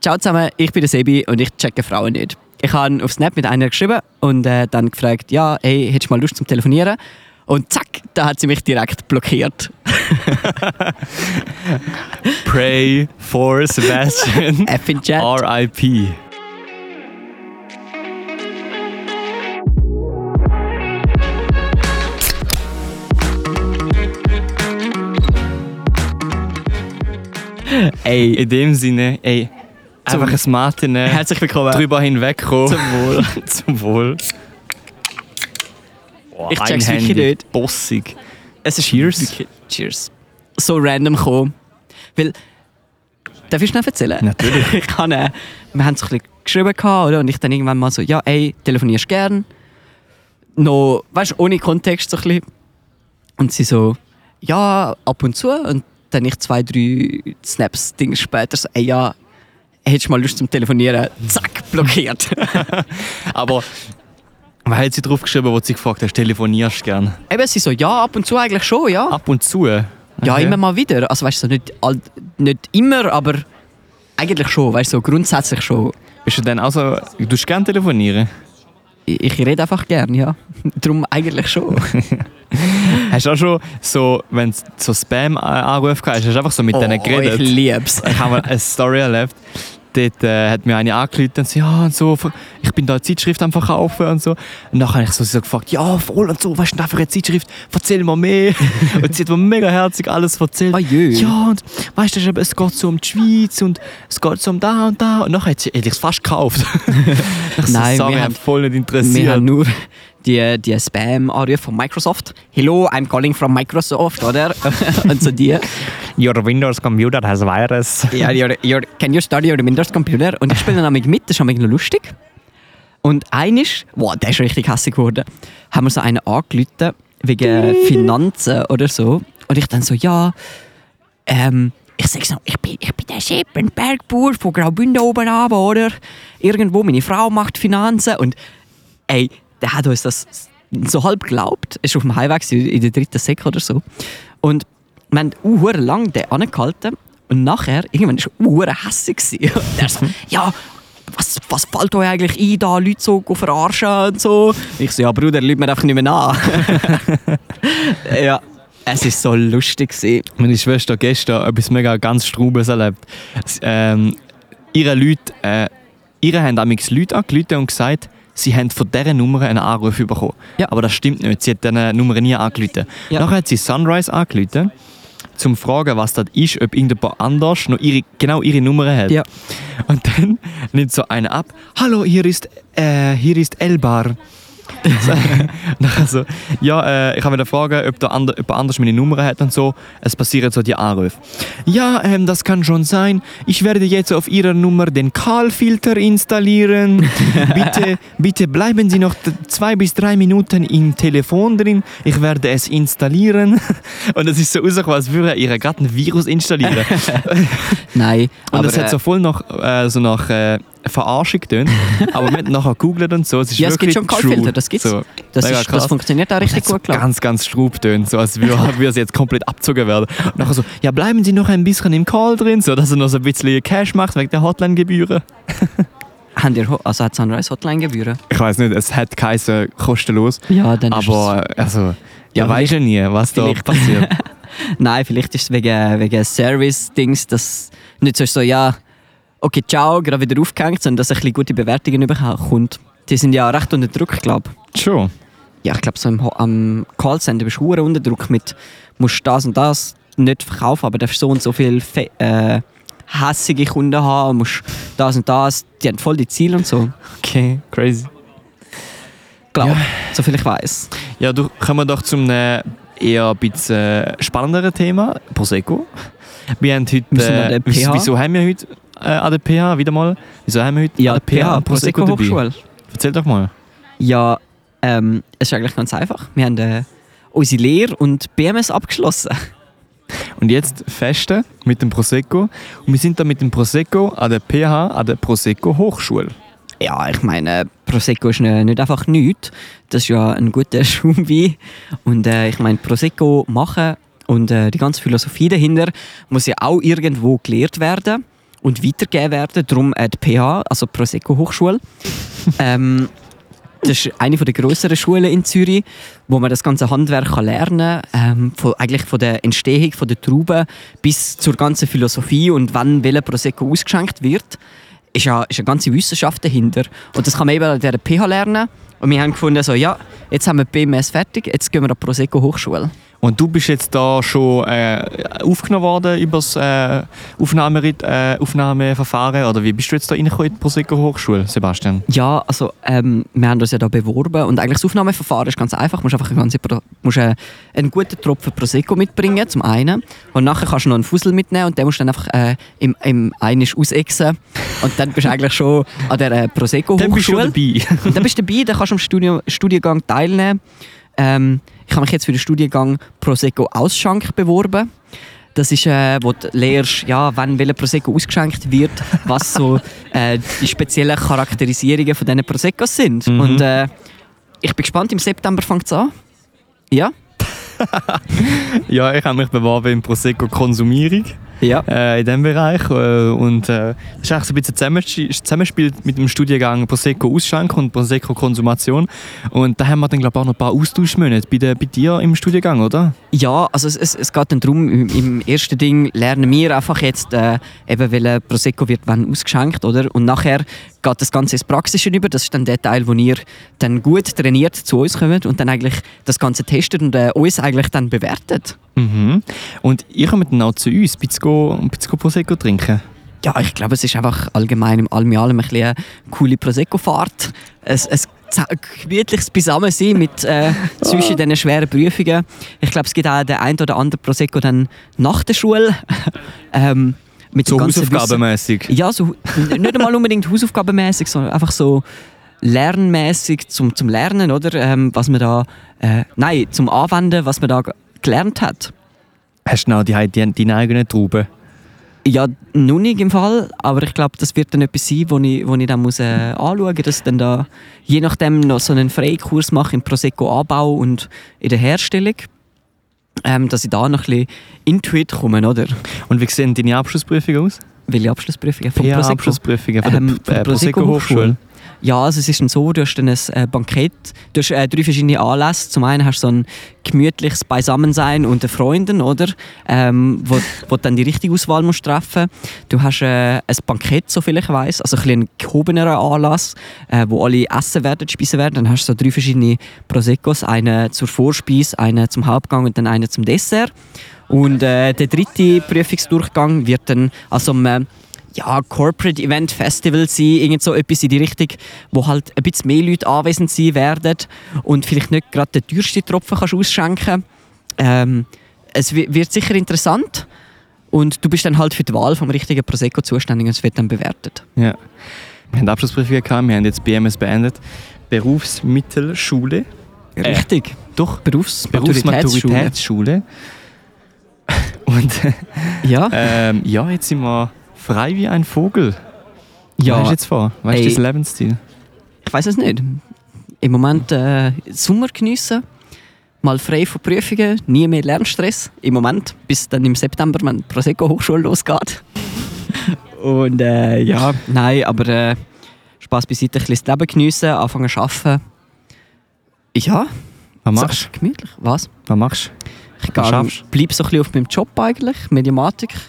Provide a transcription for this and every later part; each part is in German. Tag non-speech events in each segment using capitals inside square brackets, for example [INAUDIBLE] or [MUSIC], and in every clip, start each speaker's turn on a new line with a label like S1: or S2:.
S1: Ciao zusammen, ich bin der Sebi und ich checke Frauen nicht. Ich habe auf Snap mit einer geschrieben und äh, dann gefragt, ja, hey, hättest du mal Lust zum Telefonieren? Und zack, da hat sie mich direkt blockiert.
S2: Pray for [LAUGHS] Sebastian.
S1: Effing Chat.
S2: RIP.
S1: Ey,
S2: In dem Sinne, ey,
S1: Zum-
S2: einfach ein Smarte nehmen,
S1: herzlich willkommen.
S2: drüber hinwegkommen.
S1: Zum Wohl.
S2: Zum Wohl. Boah,
S1: Ich check's wirklich
S2: einhändig,
S1: nicht.
S2: Bossig.
S1: Es ist
S2: Cheers.
S1: wirklich- Cheers. So random gekommen. Weil, darf ich schnell erzählen? [LAUGHS]
S2: Natürlich.
S1: ich habe, äh, wir haben so ein bisschen geschrieben gehabt, oder? und ich dann irgendwann mal so, ja, ey, telefonierst gern? Noch, weißt du, ohne Kontext so ein bisschen. Und sie so, ja, ab und zu. Und dann ich zwei, drei Snaps Dings später so, ey, ja, hättest du mal Lust zum Telefonieren? Zack, blockiert.
S2: Aber was hat sie draufgeschrieben, wo du sie gefragt hast, telefonierst du gern?
S1: Eben, sie so, ja, ab und zu eigentlich schon, ja.
S2: Ab und zu. äh.
S1: Ja,
S2: Okay.
S1: immer mal wieder. Also weißt du, so nicht, all- nicht immer, aber eigentlich schon, weißt du, so grundsätzlich schon.
S2: Bist du dann auch so, du tust gern telefonieren?
S1: Ich, ich rede einfach gern, ja. [LAUGHS] Darum eigentlich schon.
S2: Hast du auch schon so, wenn du so Spam-Anrufe gehabt hast, hast du einfach so mit denen geredet?
S1: Oh, ich lieb's.
S2: ich habe mal eine Story erlebt. Dort äh, hat mir eine angerufen und so, ja, und so, ich bin da eine Zeitschrift am Verkaufen und so. Und dann habe ich so, so gefragt, ja, voll und so, weißt du, einfach eine Zeitschrift, erzähl mir mehr. und sie hat mir mega herzig alles erzählt.
S1: Oh je.
S2: Ja, und weißt du, es ist eben- es geht so um die Schweiz und es geht so um da und da. Und nachher hat sie- hätte ich es fast gekauft. ich so,
S1: Nein,
S2: sorry,
S1: wir
S2: hat
S1: haben-
S2: voll nicht
S1: Wir
S2: interessiert.
S1: haben nur die, die Spam-Anrufe von Microsoft. Hello, I'm calling from Microsoft, oder? [LAUGHS] Und so die.
S2: Your Windows Computer has virus.
S1: [LAUGHS] Ja, your, your, can you study your Windows Computer? Und ich spiele dann manchmal mit, das ist manchmal noch lustig. Und eines, wow, der ist richtig hässlich geworden, haben wir so einen angerufen wegen Finanzen oder so. Und ich dann so, ja, ähm, ich sag so, ich bin, ich bin der Chef, ein Bergbauer von Graubünden oben runter, oder? Irgendwo, meine Frau macht Finanzen. Und ey, der hat uns das so halb geglaubt. Ist auf dem Highway gewesen, in der dritten Sek oder so. Und wir haben uh, lang den angehalten. Und nachher, irgendwann war er uhr hässig. gewesen. Und er
S2: [LAUGHS]
S1: so, ja, was, was fällt euch eigentlich ein, da Leute so zu verarschen und so? Ich so, ja Bruder, lügt mir einfach nicht mehr nach. [LAUGHS] ja, es war so lustig. Gewesen.
S2: meine Schwester gestern etwas mega ganz Straubes erlebt. S- Ähm, ihre Leute, äh, ihre haben amigs Leute angerufen und gesagt, sie haben von dieser Nummer einen Anruf bekommen.
S1: Ja.
S2: Aber das stimmt nicht, sie hat diese Nummer nie angerufen.
S1: Ja.
S2: Nachher hat sie Sunrise angerufen, zum fragen, was das ist, ob irgendjemand anders noch ihre, genau ihre Nummer hat.
S1: Ja.
S2: Und dann nimmt so einer ab, hallo, hier ist, äh, hier ist Elbar. [LAUGHS] Nachher so, Also, ja, äh, ich habe wieder fragen, ob der andere, jemand anders meine Nummer hat und so. Es passieren so die Anrufe. Ja, ähm, das kann schon sein. Ich werde jetzt auf Ihrer Nummer den
S1: [LAUGHS]
S2: Karl-Filter installieren. bitte, bitte bleiben Sie noch d- zwei bis drei Minuten im Telefon drin. Ich werde es installieren. [LAUGHS] Und es ist so rausgekommen, als würde ihr gerade ein
S1: [LAUGHS]
S2: Virus installieren.
S1: Nein,
S2: Und
S1: aber,
S2: das hat
S1: äh,
S2: so voll nach, äh, so nach äh,
S1: [LAUGHS]
S2: Verarschung getönt. aber wir haben nachher gegoogelt und so. Es ist
S1: Ja, es gibt
S2: wirklich
S1: schon
S2: true.
S1: Kaltfilter, das gibt's.
S2: So,
S1: das,
S2: mega
S1: ist, das
S2: krass.
S1: funktioniert auch richtig
S2: Das hat
S1: gut,
S2: so
S1: glaube
S2: ganz, ganz straub tönt, so als würde [LAUGHS] würde es jetzt komplett abzogen werden. Und nachher so, ja, bleiben Sie noch ein bisschen im Call drin, so dass er noch so ein bisschen Cash macht wegen der Hotline-Gebühren.
S1: ich. Haben die Ho- Also hat Sunrise Hotline Gebühren?
S2: Ich weiß nicht, es hat geheißen, kostenlos.
S1: Ja, dann ist es-
S2: Aber, äh, also,
S1: Ja,
S2: ja, weiß ja nie, was da
S1: vielleicht.
S2: passiert.
S1: [LAUGHS] Nein, vielleicht ist es wegen, wegen Service-Dings, dass nicht so, ist, so, ja, okay, ciao, gerade wieder aufgehängt, sondern dass ein bisschen gute Bewertungen überkommt. Die sind ja recht unter Druck, glaube ich.
S2: Schon.
S1: Ja, ich glaube, so im, Ho- am Callcenter bist du verdammt unter Druck mit, musst das und das nicht verkaufen, aber darfst so und so viel fe- äh, hässige Kunden haben, und musst das und das, die haben voll die Ziele und so.
S2: Okay, crazy.
S1: Glaube, soviel ich weiß.
S2: Ja, du, kommen wir doch zum äh, eher ein bisschen äh, spannenderen Thema, Prosecco. Wir haben heute... äh,
S1: Wir sind an der
S2: wieso-
S1: PH.
S2: Wieso haben wir heute äh, an der PH, wieder mal, wieso haben wir heute an der PH Prosecco dabei? Erzähl doch mal.
S1: Ja, ähm, es ist eigentlich ganz einfach. Wir haben äh, unsere Lehre und BMS abgeschlossen.
S2: Und jetzt festen mit dem Prosecco. Und wir sind da mit dem Prosecco an der PH, an der Prosecco Hochschule.
S1: Ja, ich meine, Prosecco ist ne- nicht einfach nichts. Das ist ja ein guter [LAUGHS] Schaumwein. Und äh, ich meine, Prosecco machen und äh, die ganze Philosophie dahinter muss ja auch irgendwo gelehrt werden. und weitergegeben werden. Darum äh, die PH, also die Prosecco Hochschule. ähm, das ist eine der grösseren Schulen in Zürich, wo man das ganze Handwerk kann lernen kann. Ähm, von, eigentlich von der Entstehung von der Trauben bis zur ganzen Philosophie und wann welcher Prosecco ausgeschenkt wird, ist ja ist eine ganze Wissenschaft dahinter. Und das kann man eben an dieser PH lernen. Und wir haben gefunden, so, ja, jetzt haben wir die BMS fertig, jetzt gehen wir an die Prosecco Hochschule.
S2: Und du bist jetzt da schon äh, aufgenommen worden über das äh, Aufnahmerit- äh, Aufnahmeverfahren? Oder wie bist du jetzt da reingekommen in die Prosecco Hochschule, Sebastian?
S1: Ja, also ähm, wir haben uns ja da beworben und eigentlich das Aufnahmeverfahren ist ganz einfach. Du musst einfach eine ganze Pro musst, äh, einen guten Tropfen Prosecco mitbringen, zum einen. Und nachher kannst du noch einen Fussel mitnehmen und den musst du dann einfach äh, im, im einisch ausexen. Und dann bist du eigentlich schon an der äh,
S2: Dann bist du
S1: Prosecco-Hochschule.
S2: dabei. [LAUGHS]
S1: Und dann bist du dabei, dann kannst du am Studium, Studiengang teilnehmen. Ähm, ich habe mich jetzt für den Studiengang Prosecco Ausschank beworben. Das ist, äh, wo du lernst, ja, wann welcher Prosecco ausgeschenkt wird, was so äh, die speziellen Charakterisierungen von diesen Proseccos sind. Und äh, ich bin gespannt, im September fängt es an. Ja?
S2: ja, ich habe mich beworben in Prosecco Konsumierung.
S1: Ja.
S2: äh, in diesem Bereich. Äh, und äh, das ist eigentlich so ein bisschen Zusammenspiel- Zusammenspiel mit dem Studiengang Prosecco Ausschank und Prosecco Konsumation. Und da haben wir dann, glaube ich, auch noch ein paar Austauschmonate bei, der- bei dir im Studiengang, oder?
S1: Ja, also es, es, es geht dann darum, im, im ersten Ding lernen wir einfach jetzt, äh, eben welcher Prosecco wird wann ausgeschenkt, oder? Und nachher geht das Ganze ins Praxische über, das ist dann der Teil, wo ihr dann gut trainiert zu uns kommt und dann eigentlich das Ganze testet und äh, uns eigentlich dann bewertet.
S2: Mhm. Und ihr kommt dann auch zu uns, ein bisschen, go- ein bisschen Prosecco trinken.
S1: Ja, ich glaube, es ist einfach allgemein im allem in allem ein bisschen eine coole Prosecco-Fahrt. Ein, ein ze- gemütliches Beisammensein mit, äh, zwischen diesen schweren Prüfungen. Ich glaube, es gibt auch den einen oder anderen Prosecco dann nach der Schule. [LAUGHS] ähm, mit
S2: So
S1: dem ganzen
S2: hausaufgabenmässig.
S1: Wissen. Ja, so, n- nicht einmal unbedingt hausaufgabenmäßig, sondern einfach so lernmäßig zum, zum Lernen, oder? Ähm, was man da, äh, nein, zum Anwenden, was man da g- gelernt hat.
S2: Hast du noch die, die, deine eigenen Trauben?
S1: Ja, noch nicht im Fall, aber ich glaube, das wird dann etwas sein, wo ich, wo ich dann muss, äh, anschauen muss, dass ich dann da je nachdem noch so einen Freikurs mache im Prosecco-Anbau und in der Herstellung, ähm, dass ich da noch ein bisschen intuit komme, oder?
S2: Und wie sehen deine Abschlussprüfungen aus?
S1: Welche Abschlussprüfung? Vom
S2: Ja,
S1: Prosecco?
S2: Abschlussprüfungen von der
S1: Ähm,
S2: P-
S1: von der
S2: äh, Prosecco Hochschule.
S1: Ja, also es ist dann so, du hast dann ein äh, Bankett, du hast äh, drei verschiedene Anlässe. Zum einen hast du so ein gemütliches Beisammensein unter Freunden, oder? Ähm, wo, wo du dann die richtige Auswahl musst treffen Du hast äh, ein Bankett, soviel ich weiß, also ein bisschen ein gehobenerer Anlass, äh, wo alle essen werden, speisen werden. Dann hast du so drei verschiedene Proseccos, einen zur Vorspeise, einen zum Hauptgang und dann einen zum Dessert. Und äh, der dritte Prüfungsdurchgang wird dann also am äh, ja, Corporate Event Festival sein, irgend so etwas in die Richtung, wo halt ein bisschen mehr Leute anwesend sein werden und vielleicht nicht gerade den teuersten Tropfen kannst ausschenken ähm, Es wi- wird sicher interessant und du bist dann halt für die Wahl vom richtigen Prosecco zuständig und es wird dann bewertet.
S2: Ja. Wir haben Abschlussprüfungen gehabt, wir haben jetzt BMS beendet. Berufsmittelschule.
S1: Richtig.
S2: Äh, Doch,
S1: Berufs Maturitätsschule.
S2: Berufsmaturitätsschule. [LAUGHS] Und
S1: Ja,
S2: ähm, ja, jetzt sind wir frei wie ein Vogel.
S1: Ja.
S2: Weißt du jetzt vor? Weißt du,
S1: Ey.
S2: das Lebensstil?
S1: ich weiß es nicht. Im Moment äh, Sommer geniessen, mal frei von Prüfungen, nie mehr Lernstress. Im Moment, bis dann im September, wenn die Prosecco Hochschule losgeht. Und äh, ja, nein, aber äh, Spaß beiseite, ein bisschen das Leben geniessen, anfangen zu arbeiten. Ja,
S2: Was
S1: so
S2: machst
S1: gemütlich. Was?
S2: du? Was machst du?
S1: Ich gehe,
S2: Was schaffst
S1: bleib so ein bisschen auf meinem Job eigentlich, Mediamatik, gehe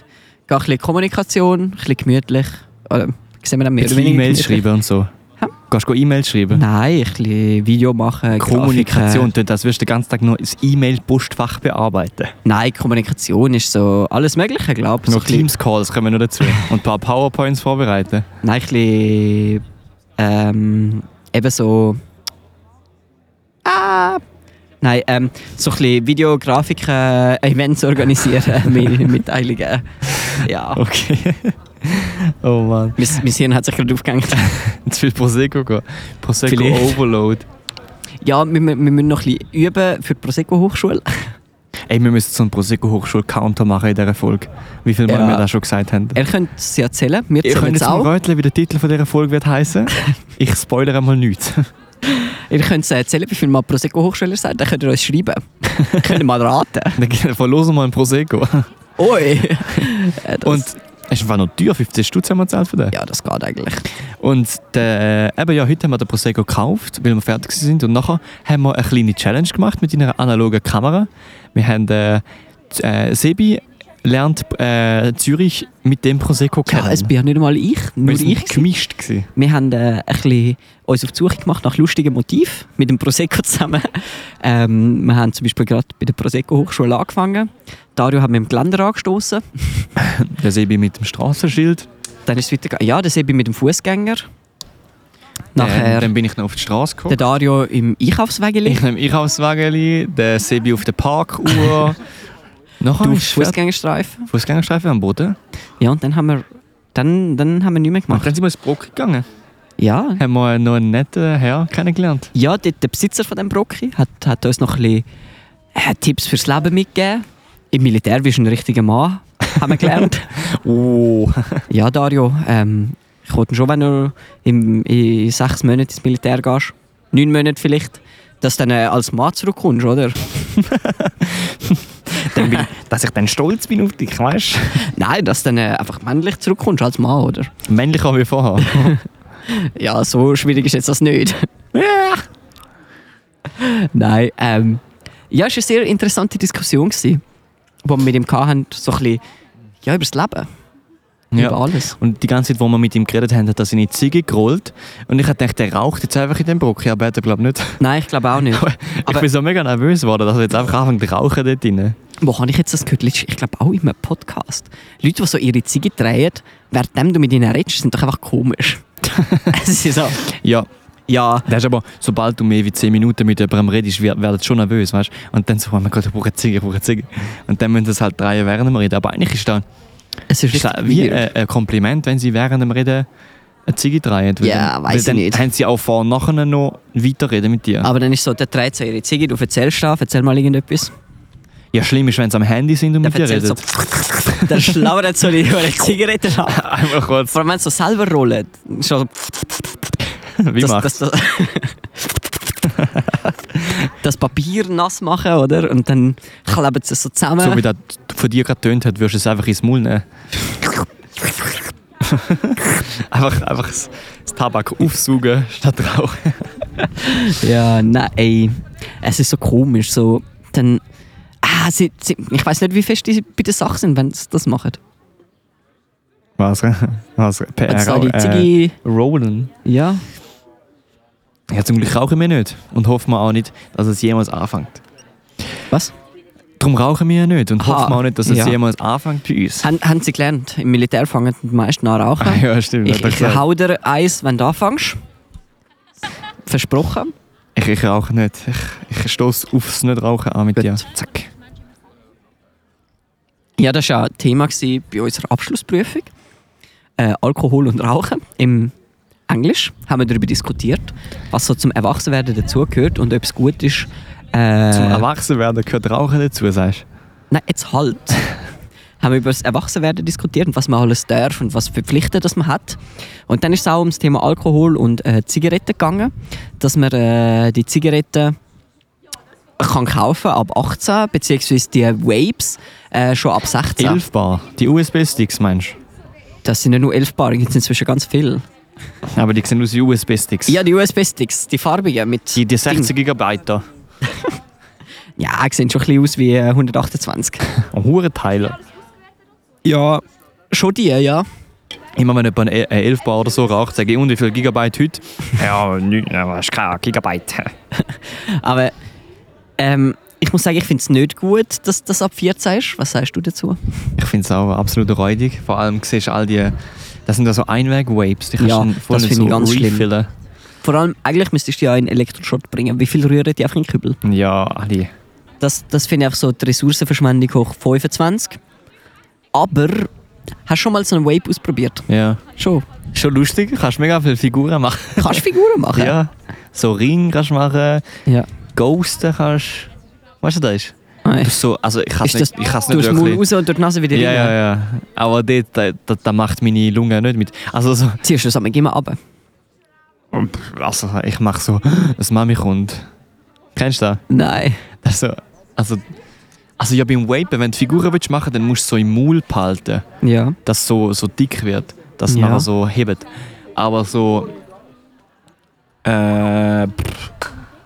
S1: ein bisschen Kommunikation, ein bisschen gemütlich. Oder, sehen wir dann mehr
S2: Ein
S1: oder
S2: bisschen
S1: weniger
S2: E-Mails
S1: gemütlich.
S2: schreiben und so.
S1: Hä?
S2: Gehst du E-Mails schreiben?
S1: Nein, ein bisschen Video machen.
S2: Kommunikation,
S1: Grafiken.
S2: tönt, als wirst du den ganzen Tag nur das E-Mail-Postfach bearbeiten.
S1: Nein, Kommunikation ist so alles Mögliche, glaube ich. So
S2: Noch
S1: ein bisschen-
S2: Teams-Calls kommen
S1: [LAUGHS]
S2: noch dazu. Und ein paar PowerPoints vorbereiten.
S1: Nein, ein bisschen. Ähm, eben so. Ah! Nein, ähm, so ein bisschen Video, Grafiken, Events
S2: [LAUGHS]
S1: organisieren, mit- Mitteilungen. Ja.
S2: Okay. oh Mann.
S1: Mein, mein Hirn hat sich gerade aufgehängt.
S2: Zu viel Prosecco gehen. Prosecco
S1: Vielleicht.
S2: Overload.
S1: Ja, wir, mü- wir müssen noch ein bisschen üben für die Prosecco-Hochschule.
S2: Ey, wir müssen so einen Prosecco-Hochschul-Counter machen in dieser Folge. Wie viel Mal
S1: Ja.
S2: wir das schon gesagt haben.
S1: Er könnte es ja erzählen, wir
S2: Ihr
S1: zählen
S2: könnt
S1: es
S2: jetzt mal
S1: auch.
S2: rätseln, wie der Titel von dieser Folge
S1: [LAUGHS]
S2: wird heißen. Ich spoilere mal nichts.
S1: Ihr könnt es äh, erzählen, wie viel mal Prosecco-Hochschüler ihr seid, dann könnt ihr uns schreiben. [LAUGHS] könnt ihr mal raten.
S2: Dann verlosen wir ein Prosecco.
S1: Oi! Äh, das-
S2: Und Es ist einfach noch teuer, 50 Stutz haben wir gezahlt für den.
S1: Ja, das geht eigentlich.
S2: Und der, äh, eben ja, heute haben wir den Prosecco gekauft, weil wir fertig gewesen sind. Und nachher haben wir eine kleine Challenge gemacht mit einer analogen Kamera. Wir haben äh, z- äh, Sebi lernt äh, Zürich mit dem Prosecco kennen.
S1: Ja, es bin ja nicht mal ich, nur
S2: Wir sind
S1: ich. gewesen.
S2: gemischt. Gewesen.
S1: Wir haben äh, ein bisschen uns auf die Suche gemacht nach lustigen Motiven mit dem Prosecco zusammen. Ähm, wir haben zum Beispiel gerade bei der Prosecco-Hochschule angefangen. Dario hat mit dem Geländer angestoßen.
S2: Der Sebi mit dem Straßenschild.
S1: Dann ist es weitergegangen. Ja, das eben mit dem Fußgänger.
S2: Äh,
S1: Nachher
S2: dann bin ich noch auf die Straße gekommen.
S1: der Dario im Einkaufswagen.
S2: Ich nehme ich aufs Wägeli, der Sebi auf der [LAUGHS] Parkuhr. Nachher
S1: Du auf
S2: ist fertig.
S1: Fußgängerstreifen.
S2: Fußgängerstreife am Boden.
S1: Ja, und dann haben wir, dann, dann haben wir nichts mehr
S2: Und
S1: gemacht.
S2: dann sind wir ins Brock gegangen.
S1: Ja,
S2: Haben wir noch einen netten Herr kennengelernt.
S1: ja der, der Besitzer von dem Brocki hat, hat uns noch ein bisschen äh, Tipps fürs Leben mitgegeben. Im Militär bist du ein richtiger Mann, haben wir [LAUGHS] gelernt.
S2: Oh.
S1: [LAUGHS] ja, Dario, ähm, ich wollte schon, wenn du im, in sechs Monaten ins Militär gehst, neun Monate vielleicht, dass du dann äh, als Mann zurückkommst, oder?
S2: [LAUGHS] Dann bin, dass ich dann stolz bin auf dich, weißt [LAUGHS]
S1: Nein, dass du dann äh, einfach männlich zurückkommst als Mann, oder?
S2: du? Männlicher wie vorher.
S1: Ja, so schwierig ist jetzt das nicht.
S2: [LAUGHS] Ja.
S1: Nein, ähm, ja, es war eine sehr interessante Diskussion, gewesen, wo wir mit ihm hatten, so ein bisschen, ja, über das Leben, über
S2: ja.
S1: alles.
S2: Und die ganze Zeit, wo wir mit ihm geredet haben, hat er seine Ziege gerollt. Und ich hab gedacht, der raucht jetzt einfach in dem Brocken, aber er hat er, glaub nicht.
S1: Nein, ich glaube auch
S2: [LAUGHS]
S1: nicht.
S2: ich
S1: Aber-
S2: bin so mega nervös geworden, dass er jetzt einfach anfängt zu rauchen dort drin.
S1: Wo habe ich jetzt das gehört? Letztens- Ich glaube auch in einem Podcast. Leute, die so ihre Ziege drehen, währenddem du mit ihnen redest, sind doch einfach
S2: [LAUGHS]
S1: komisch. es ist so,
S2: Ja,
S1: ja,
S2: Das ist aber, sobald du mehr wie 10 Minuten mit jemandem redest, wer- werden sie schon nervös, weißt du? Und dann so, oh mein Gott, ich brauche eine Ziege, ich brauche eine Ziege. Und dann müssen sie es halt drehen, während wir reden. Aber eigentlich ist das,
S1: es ist
S2: ist das
S1: richtig
S2: wie äh,
S1: weird.
S2: ein, ein Kompliment, wenn sie während dem Reden eine Ziege drehen. Weil
S1: Ja,
S2: dann,
S1: weiss
S2: weil
S1: ich
S2: dann
S1: nicht.
S2: haben sie auch vor und nachher noch weiterreden mit dir.
S1: Aber dann ist so, der dreht so ihre Ziege, du erzählst da, erzähl mal irgendetwas.
S2: Ja, schlimm ist, wenn sie am Handy sind und
S1: Der
S2: mit dir
S1: erzählt
S2: reden.
S1: so, der schlabbert so die
S2: [LAUGHS]
S1: ihre Zigarette an.
S2: Einmal kurz,
S1: Vor allem, wenn sie so selber rollen. Schon
S2: wie
S1: das,
S2: macht's?
S1: das, das, [LAUGHS] das Papier nass machen, oder? Und dann kleben sie es so zusammen.
S2: So wie das von dir gerade tönt hat, würdest du es einfach ins
S1: [LAUGHS]
S2: Maul nehmen. [LAUGHS] einfach, einfach das, das Tabak aufsaugen statt rauchen.
S1: ja, nein, ey. Es ist so komisch. So, dann, ah, sie, sie, ich weiß nicht, wie fest die bei der Sache sind, wenn sie das machen.
S2: Was? [LAUGHS] Was?
S1: Wenn sie
S2: PR,
S1: da die
S2: äh,
S1: Ziege,
S2: Rollen.
S1: ja.
S2: Ja, zum Glück rauchen wir nicht und hoffen wir auch nicht, dass es jemals anfängt.
S1: Was?
S2: Darum rauchen wir ja nicht und
S1: Aha.
S2: hoffen wir auch nicht, dass es
S1: Ja.
S2: jemals anfängt bei uns.
S1: Haben, haben sie gelernt? Im Militär fangen die meisten an rauchen.
S2: Ah, ja, stimmt.
S1: ich
S2: hat er
S1: ich
S2: gesagt.
S1: hau dir eins, wenn du anfängst. Versprochen.
S2: ich, ich rauche nicht. Ich, ich stoße aufs Nicht-Rauchen an mit dir.
S1: Zack. Ja, das war ja ein Thema gewesen bei unserer Abschlussprüfung. Äh, Alkohol und Rauchen im Englisch haben wir darüber diskutiert, was so zum Erwachsenwerden dazugehört und ob es gut ist. Äh,
S2: Zum Erwachsenwerden gehört Rauchen dazu, sagst
S1: nein, jetzt halt. [LAUGHS] haben wir über das Erwachsenwerden diskutiert und was man alles darf und was für Pflichten das man hat. Und dann ist es auch ums Thema Alkohol und äh, Zigaretten gegangen, dass man äh, die Zigaretten kann kaufen ab 18, beziehungsweise die Vapes äh, schon ab 16.
S2: du? 11 Bar. Die USB-Sticks meinst
S1: Das sind ja nur 11 Paar, gibt es inzwischen ganz viel.
S2: du? Aber die sehen aus wie USB-Sticks.
S1: Ja, die USB-Sticks, die farbigen mit...
S2: Die, die 60
S1: Ding.
S2: GB da.
S1: Ja, sehen schon ein bisschen aus wie äh, 128.
S2: Ein hoher Teil.
S1: Ja. Schon die, ja.
S2: Immer wenn jemand eine 11 Bar oder so raucht, sage ich, und wie viel Gigabyte heute? Ja, nicht, das ist kein Gigabyte.
S1: Aber ähm, ich muss sagen, ich finde es nicht gut, dass das ab 14 ist. Was sagst du dazu?
S2: Ich finde es auch absolut räudig. Vor allem siehst du all die. Das sind ja so Einweg-Vapes. Die kannst
S1: Ja,
S2: du dann voll
S1: das
S2: nicht
S1: finde ich ganz schlimm.
S2: refillen.
S1: Vor allem, eigentlich müsstest du ja einen Elektroschrott bringen. Wie viel rühren die einfach in den Kübel?
S2: Ja, alle.
S1: Das, das finde ich auch so die Ressourcenverschwendung hoch 25. Aber hast du schon mal so einen Vape ausprobiert?
S2: Ja.
S1: Schon.
S2: Schon lustig, kannst mega viele Figuren machen.
S1: [LAUGHS] Kannst du Figuren machen?
S2: Ja. So Ring kannst du machen,
S1: ja.
S2: Ghosten kannst Weißt du, das ist?
S1: Nein.
S2: So, also ich kann es
S1: Ist das,
S2: nicht, ich kann's
S1: du
S2: nicht
S1: hast den Mund
S2: wirklich.
S1: raus und durch die Nase wieder
S2: Ja,
S1: rein?
S2: ja, ja. Aber dort, da, da, da macht meine Lunge nicht mit. Also, so,
S1: Ziehst du das einmal, geh mal runter.
S2: also ich mache so, das Mami kommt. Kennst du das?
S1: Nein.
S2: Also, also Also ja, beim Vapen, wenn du Figuren willst machen willst, dann musst du so im Maul behalten,
S1: Ja.
S2: dass es so, so dick wird, dass es
S1: Ja.
S2: nachher so hebt. Aber so... Äh, pff,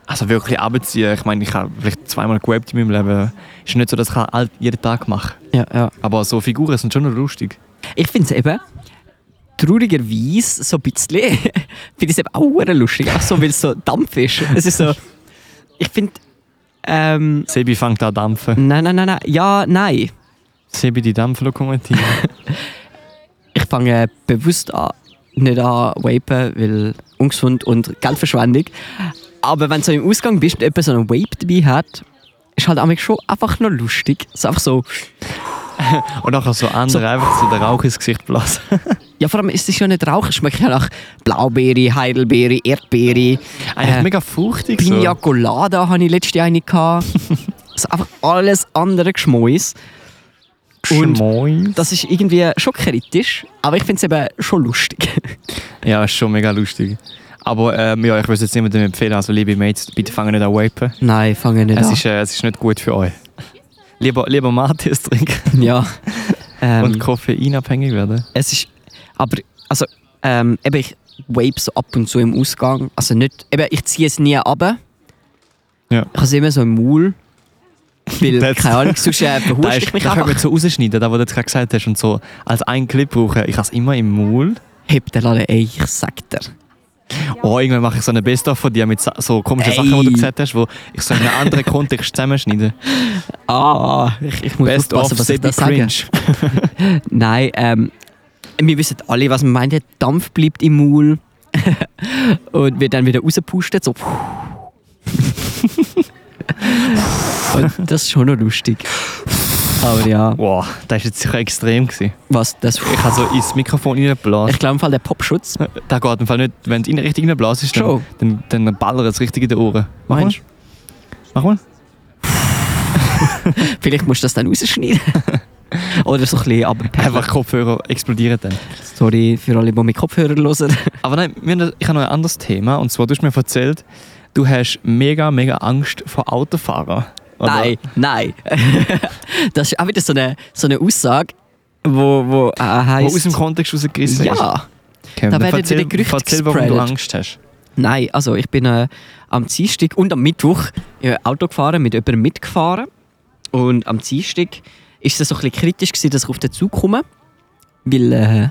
S2: also wirklich abziehen, ich meine, ich habe vielleicht zweimal gewaped in meinem Leben. Ist nicht so, dass ich halt all, jeden Tag mache.
S1: Ja, ja.
S2: Aber so Figuren sind schon noch lustig.
S1: Ich finde es eben traurigerweise so ein bisschen, [LAUGHS] finde ich es eben auch verdammt lustig, auch so, weil es so Dampf ist. Es ist so, ich finde, ähm,
S2: Sebi fängt an dampfen.
S1: nein, nein, nein, nein, ja, nein.
S2: Sebi, die Dampflokomotive.
S1: Ich fange bewusst an, nicht an vapen, weil ungesund und Geldverschwendung. Aber wenn du so im Ausgang bist und jemand so einen Vape dabei hat, ist halt manchmal schon einfach noch lustig. Es ist einfach so,
S2: Und nachher so andere einfach so den Rauch ins Gesicht blasen.
S1: ja vor allem ist es ja nicht Rauch, es schmeckt ja nach Blaubeere, Heidelbeere, Erdbeere.
S2: Eigentlich
S1: Äh,
S2: mega fruchtig so.
S1: Pina Colada hatte ich letzte eine.
S2: [LAUGHS]
S1: gehabt. also einfach alles andere Geschmäus. und-
S2: Schmoin.
S1: Das ist irgendwie schon kritisch, aber ich finde es eben schon
S2: [LAUGHS]
S1: lustig.
S2: Ja, ist schon mega lustig. Aber ähm, ja, ich würde es jetzt niemandem empfehlen. Also liebe Mates, bitte fangen nicht an vapen.
S1: Nein, fange nicht
S2: Es,
S1: an.
S2: ist, äh, es ist nicht gut für euch. Lieber, lieber Matthias trinken
S1: ja. Ähm,
S2: [LAUGHS] und koffeinabhängig werden.
S1: es ist, aber, also, ähm, eben ich vape so ab und zu im Ausgang. Also nicht, eben ich ziehe es nie ab.
S2: Ja.
S1: Ich habe es immer so im Maul. Weil,
S2: [LAUGHS] Das-
S1: keine Ahnung, sonst äh,
S2: Da,
S1: verhuste
S2: ist,
S1: ich mich
S2: da können
S1: einfach.
S2: wir so rausschneiden, das, was du jetzt gerade gesagt hast. Und so als einen Clip brauchen. Ich habe es immer im Maul.
S1: Heb den Laden, ey, ich sag dir.
S2: Oh, irgendwann mache ich so eine Best-of von dir mit sa- so komischen
S1: Ey.
S2: Sachen, die du gesagt hast, wo ich so in einem anderen
S1: [LAUGHS]
S2: Kontext zusammenschneide.
S1: Ah, ich, ich muss aufpassen, was ich da sage. Nein, ähm, wir wissen alle, was man meint. Der Dampf bleibt im Maul [LAUGHS] und wird dann wieder rausgepustet. So. [LAUGHS] und das ist schon noch lustig. Aber ja,
S2: Wow, das war jetzt sicher extrem. Gewesen.
S1: was das.
S2: Ich habe so ins Mikrofon reingeblasen.
S1: Ich glaube, im Fall der Popschutz.
S2: Da geht im Fall nicht, wenn du in richtig reinblasest, dann,
S1: Schon.
S2: dann, dann ballert es richtig in die Ohren. Mach mal.
S1: Meinst du?
S2: Mach mal.
S1: Vielleicht musst du das dann [LAUGHS] rausschneiden. Oder so ein bisschen abperlen.
S2: Einfach Kopfhörer explodieren dann.
S1: Sorry für alle, die mit Kopfhörer hören.
S2: Aber nein, wir haben- ich habe noch ein anderes Thema. Und zwar, du hast mir erzählt, du hast mega, mega Angst vor Autofahrern. Oder?
S1: Nein, nein. [LAUGHS] das ist auch wieder so eine, so eine Aussage, wo, wo äh,
S2: Wo
S1: heisst...
S2: aus dem Kontext rausgerissen ist.
S1: ja. da
S2: okay, dann
S1: werden
S2: erzähl-
S1: wieder Gerüchte
S2: Erzähl, warum du
S1: gespreadet.
S2: Angst hast.
S1: Nein, also ich bin äh, am Dienstag und am Mittwoch äh, Auto gefahren, mit jemandem mitgefahren. Und am Dienstag ist es so ein bisschen kritisch, gewesen, dass ich auf den Zug komme. Weil äh,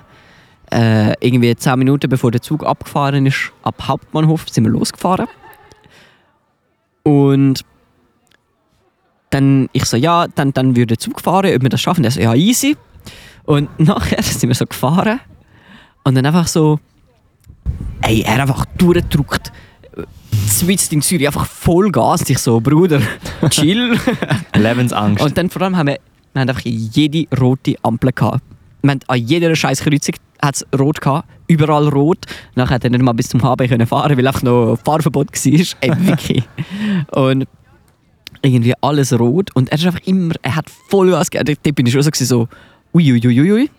S1: äh, irgendwie 10 Minuten bevor der Zug abgefahren ist, ab Hauptbahnhof sind wir losgefahren. Und dann ich so, ja, dann, dann würde der Zug fahren, ob wir das schaffen. Er so, ja, easy. Und [LAUGHS] nachher sind wir so gefahren und dann einfach so, ey, er einfach durchgedrückt. Zwitzt in Zürich einfach Vollgas. Und Ich so, Bruder, chill.
S2: Lebensangst.
S1: und dann vor allem haben wir, wir haben einfach jede rote Ampel gehabt. Wir haben an jeder scheiß Kreuzung hat's rot gehabt, überall rot. Nachher hat er nicht mal bis zum HB können fahren, weil einfach noch Fahrverbot war. Ey, wirklich. und irgendwie alles rot. Und er ist einfach immer, er hat Vollgas gegeben. Dort bin ich schon so, gewesen, so uiuiuiui. Ui, ui, ui.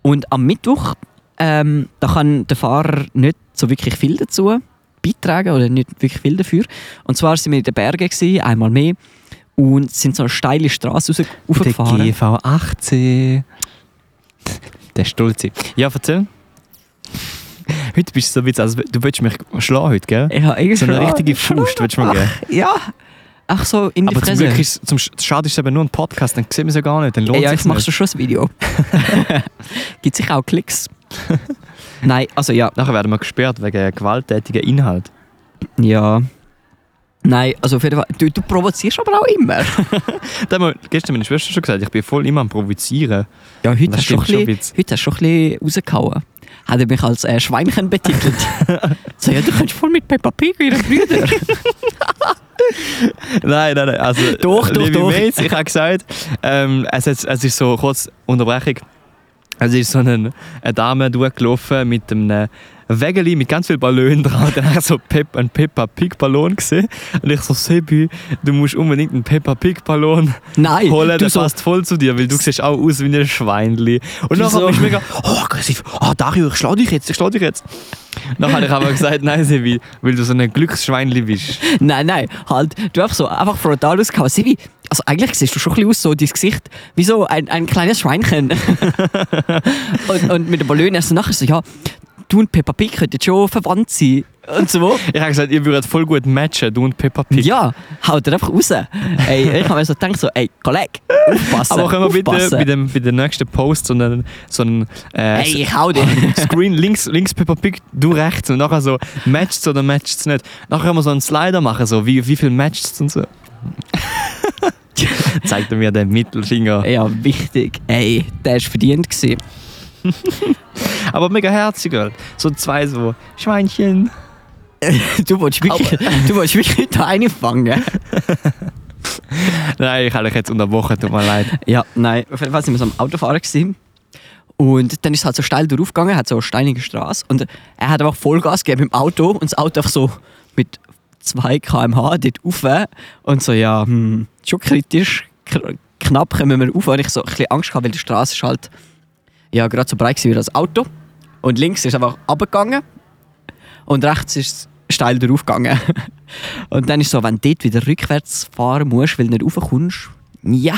S1: Und am Mittwoch, ähm, da kann der Fahrer nicht so wirklich viel dazu beitragen oder nicht wirklich viel dafür. Und zwar sind wir in den Bergen, gewesen, einmal mehr, und sind so eine steile Straße raus- raufgefahren.
S2: GV18. Der Stolze. Ja, erzähl. Heute bist du so ein bisschen, also du willst mich schlagen heute, gell?
S1: Ja, irgendwie
S2: So eine
S1: schon-
S2: richtige Faust willst du mir geben.
S1: Ach, ja. Ach so, in die
S2: Aber zum
S1: Fresse.
S2: Glück ist, zum Sch- Schade ist es eben nur ein Podcast, dann sieht man es ja gar nicht, dann lohnt
S1: Ey, ja,
S2: es
S1: jetzt
S2: sich
S1: machst
S2: nicht.
S1: du schon ein
S2: [LAUGHS]
S1: Video. Gibt sich auch Klicks? Nein, also ja,
S2: Nachher werden wir gesperrt wegen gewalttätiger Inhalt.
S1: ja. Nein, also auf jeden Fall. Du, du provozierst aber auch immer.
S2: Das hat mir gestern meine Schwester schon gesagt, ich bin voll immer am Provozieren.
S1: Ja, heute hast,
S2: Das
S1: du
S2: stimmt
S1: schon
S2: schon
S1: ein bisschen, heute hast du schon ein bisschen rausgehauen. Hat er mich als äh, Schweinchen betitelt. [LAUGHS] so, ja, du kannst voll mit Peppa Pig ihren Brüder.
S2: Nein, nein, nein. Also,
S1: Doch, doch,
S2: liebe
S1: doch.
S2: Mates, ich habe gesagt, ähm, es, ist, es ist so kurz Unterbrechung. Es ist so eine, eine Dame durchgelaufen mit einem Wägeli mit ganz vielen Ballonen dran. Dann habe ich so Pep, einen Peppa Pig Ballon gesehen. Und ich so, Sebi, du musst unbedingt einen Peppa Pig Ballon
S1: [LAUGHS] Nein,
S2: holen.
S1: du
S2: Der
S1: so,
S2: passt voll zu dir, weil du siehst auch aus wie ein Schweinli. Und
S1: Du
S2: nachher
S1: so-
S2: bist
S1: [LAUGHS]
S2: du mega, oh, aggressiv. Ah, Dario, ich schlag dich jetzt, ich schlag dich jetzt. Nachher habe ich aber gesagt, nein, Sebi, weil du so ein Glücksschweinli bist.
S1: nein, nein, halt, du einfach so, einfach frontal rausgehauen. Sibi, Also eigentlich siehst du schon ein bisschen aus, so dein Gesicht, wie so ein, ein kleines [LAUGHS] Schweinchen. und, und mit den Ballonen erst nachher so, ja, du und Peppa Pig könnten schon verwandt sein. Und so.
S2: Ich habe gesagt, ihr würdet voll gut matchen, du und Peppa Pig.
S1: Ja, haut er einfach raus. Ey, ich habe mir so gedacht, so, ey, Kollege, aufpassen.
S2: Aber können wir bitte
S1: aufpassen.
S2: bei dem, bei dem nächsten Post so einen, so einen äh,
S1: Ey, ich hau dich. [LAUGHS]
S2: Screen links, links Peppa Pig, du rechts und nachher so matcht's oder matcht's nicht. Nachher können wir so einen Slider machen, so wie, wie viel matcht's
S1: [LAUGHS]
S2: und so. Zeigt er mir den Mittelfinger.
S1: Ja, wichtig. Ey, der war verdient. Gewesen.
S2: Aber mega herzig, halt. So zwei so Schweinchen.
S1: Du wolltest wirklich, du wolltest wirklich da einfangen.
S2: Nein, ich habe dich jetzt unterbrochen, tut mir leid.
S1: Ja, nein. Auf jeden Fall sind wir so am Autofahren gewesen. Und dann ist es halt so steil durchgegangen, hat so eine steinige Straße. Und er hat einfach Vollgas gegeben im Auto und das Auto einfach so mit 2 km/h dort rauf. Und so, ja, hm, schon kritisch. Kr- Knapp kommen wir rauf. Und ich so ein bisschen Angst gehabt, weil die Straße ist halt ja, gerade so breit gewesen wie das Auto. Und links ist einfach abgegangen. Und rechts ist es steil draufgegangen. [LAUGHS] Und dann ist so, wenn du dort wieder rückwärts fahren musst, weil du nicht raufkommst, ja,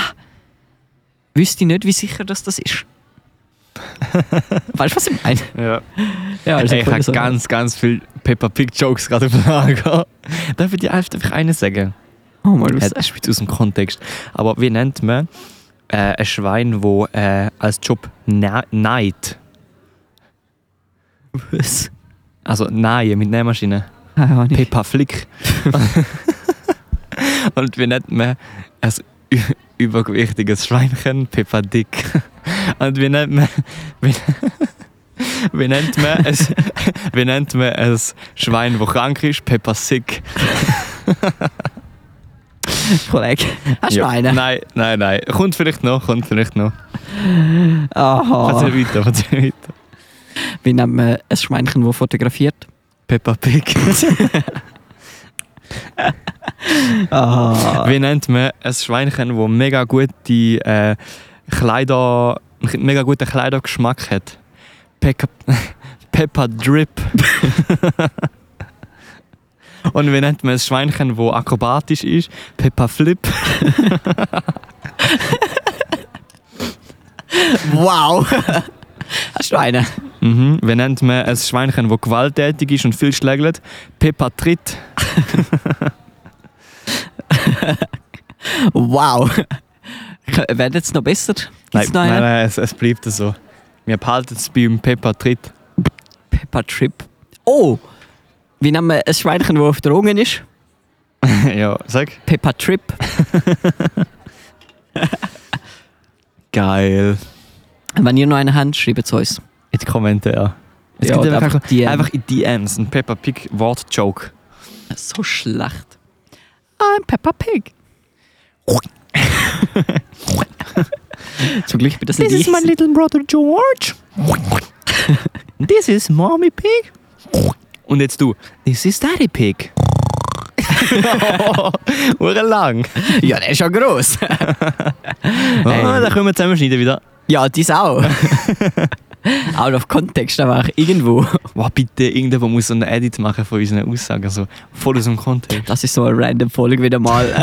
S1: wüsste ich nicht, wie sicher das, das
S2: [LAUGHS]
S1: ist. weißt du, was ich meine?
S2: Ja.
S1: [LAUGHS] Ja,
S2: Ey, ich habe ganz, ganz viele Peppa Pig Jokes gerade auf Lager. [LAUGHS] Darf ich dir einfach darf ich einen sagen?
S1: Oh, mal
S2: Ja,
S1: raus.
S2: das spielt aus dem Kontext. Aber wie nennt man äh, ein Schwein, wo äh, als Job na neid?
S1: Was?
S2: Also nein, mit Nähmaschine.
S1: Keine Ahnung.
S2: Peppa Flick. [LAUGHS] Und wie nennt man ein ü- übergewichtiges Schweinchen? Peppa Dick. Und wie nennt man. Wie, wie nennt man ein, wie nennt man ein Schwein, das krank ist? Peppa Sick.
S1: Kollege. Hast du
S2: Ja.
S1: noch einen?
S2: Nein, nein, nein. Kommt vielleicht noch, kommt vielleicht noch.
S1: Aha.
S2: Erzähl weiter, erzähl weiter.
S1: Wie nennt man ein Schweinchen, das fotografiert?
S2: Peppa Pig.
S1: Aha.
S2: Wie nennt man ein Schweinchen, das mega gute äh, Kleider, einen mega guten Kleidergeschmack hat? Pekka, [LAUGHS] Peppa Drip. [LAUGHS] Und wie nennt man ein Schweinchen, das akrobatisch ist? Peppa Flip.
S1: [LAUGHS] Wow. Hast du noch einen?
S2: Mhm. Wie nennt man ein Schweinchen, das gewalttätig ist und viel schlägt? Peppa Tritt.
S1: Wow. Wäre jetzt noch besser? Gibt's
S2: Nein,
S1: noch einen?
S2: nein, nein, es, es bleibt so. Wir behalten es beim Peppa Tritt. [LAUGHS]
S1: Peppa Trip. Oh! Wie nennen wir ein Schweinchen, das auf Drogen ist?
S2: ja, sag.
S1: Peppa Trip.
S2: Geil.
S1: Und Wenn ihr noch einen habt, schreibt es uns.
S2: In die Kommentare. Es
S1: Ja,
S2: gibt
S1: oder
S2: einfach,
S1: einfach DM.
S2: einfach in DMs ein Peppa Pig Wort-Joke.
S1: So schlecht. I'm Peppa Pig. Zum Glück bin das nicht ich.
S2: little brother [LAUGHS] George. This is mommy pig. Und jetzt du. This is daddy [LAUGHS] pig. Uhren lang.
S1: ja, der ist ja gross.
S2: Oh, da können wir zusammenschneiden wieder.
S1: ja, dies [LAUGHS] auch. Out of context einfach. Irgendwo.
S2: Wow, bitte, irgendjemand muss so einen Edit machen von unseren Aussagen. So voll aus dem Kontext.
S1: Das ist so eine random Folge wieder [LAUGHS] mal.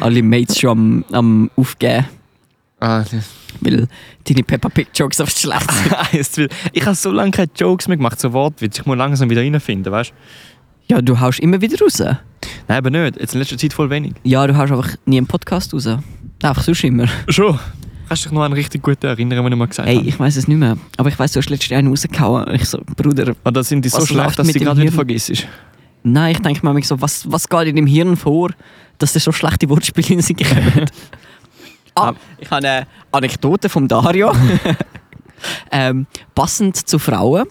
S1: Alle Mates schon am, am Aufgeben,
S2: Ah, [LAUGHS]
S1: weil deine Peppa Pig Jokes auf schlecht sind. [LAUGHS]
S2: ich habe so lange keine Jokes mehr gemacht, so Wortwitz. Ich muss langsam wieder reinfinden, weißt du?
S1: Ja, du haust immer wieder raus.
S2: Nein, aber nicht. Jetzt in letzter Zeit voll wenig.
S1: Ja, du hast einfach nie einen Podcast raus. Einfach sonst immer.
S2: Schon. Kannst du dich noch an richtig gut erinnern, wenn ich mal gesagt
S1: Ey,
S2: habe?
S1: ich weiß es nicht mehr. Aber ich weiß, du hast letztens einen rausgehauen. Ich so, Bruder,
S2: Und da sind die so
S1: Was
S2: schlecht,
S1: läuft
S2: dass
S1: mit
S2: sie
S1: dem
S2: gerade wieder
S1: Hirn?
S2: vergisst.
S1: nein, ich denke mir manchmal so, was, was geht in dem Hirn vor, dass da so schlechte Wortspiele in sich [LAUGHS] kommen? ah, ich habe eine Anekdote vom [LAUGHS] Dario. ähm, passend zu Frauen.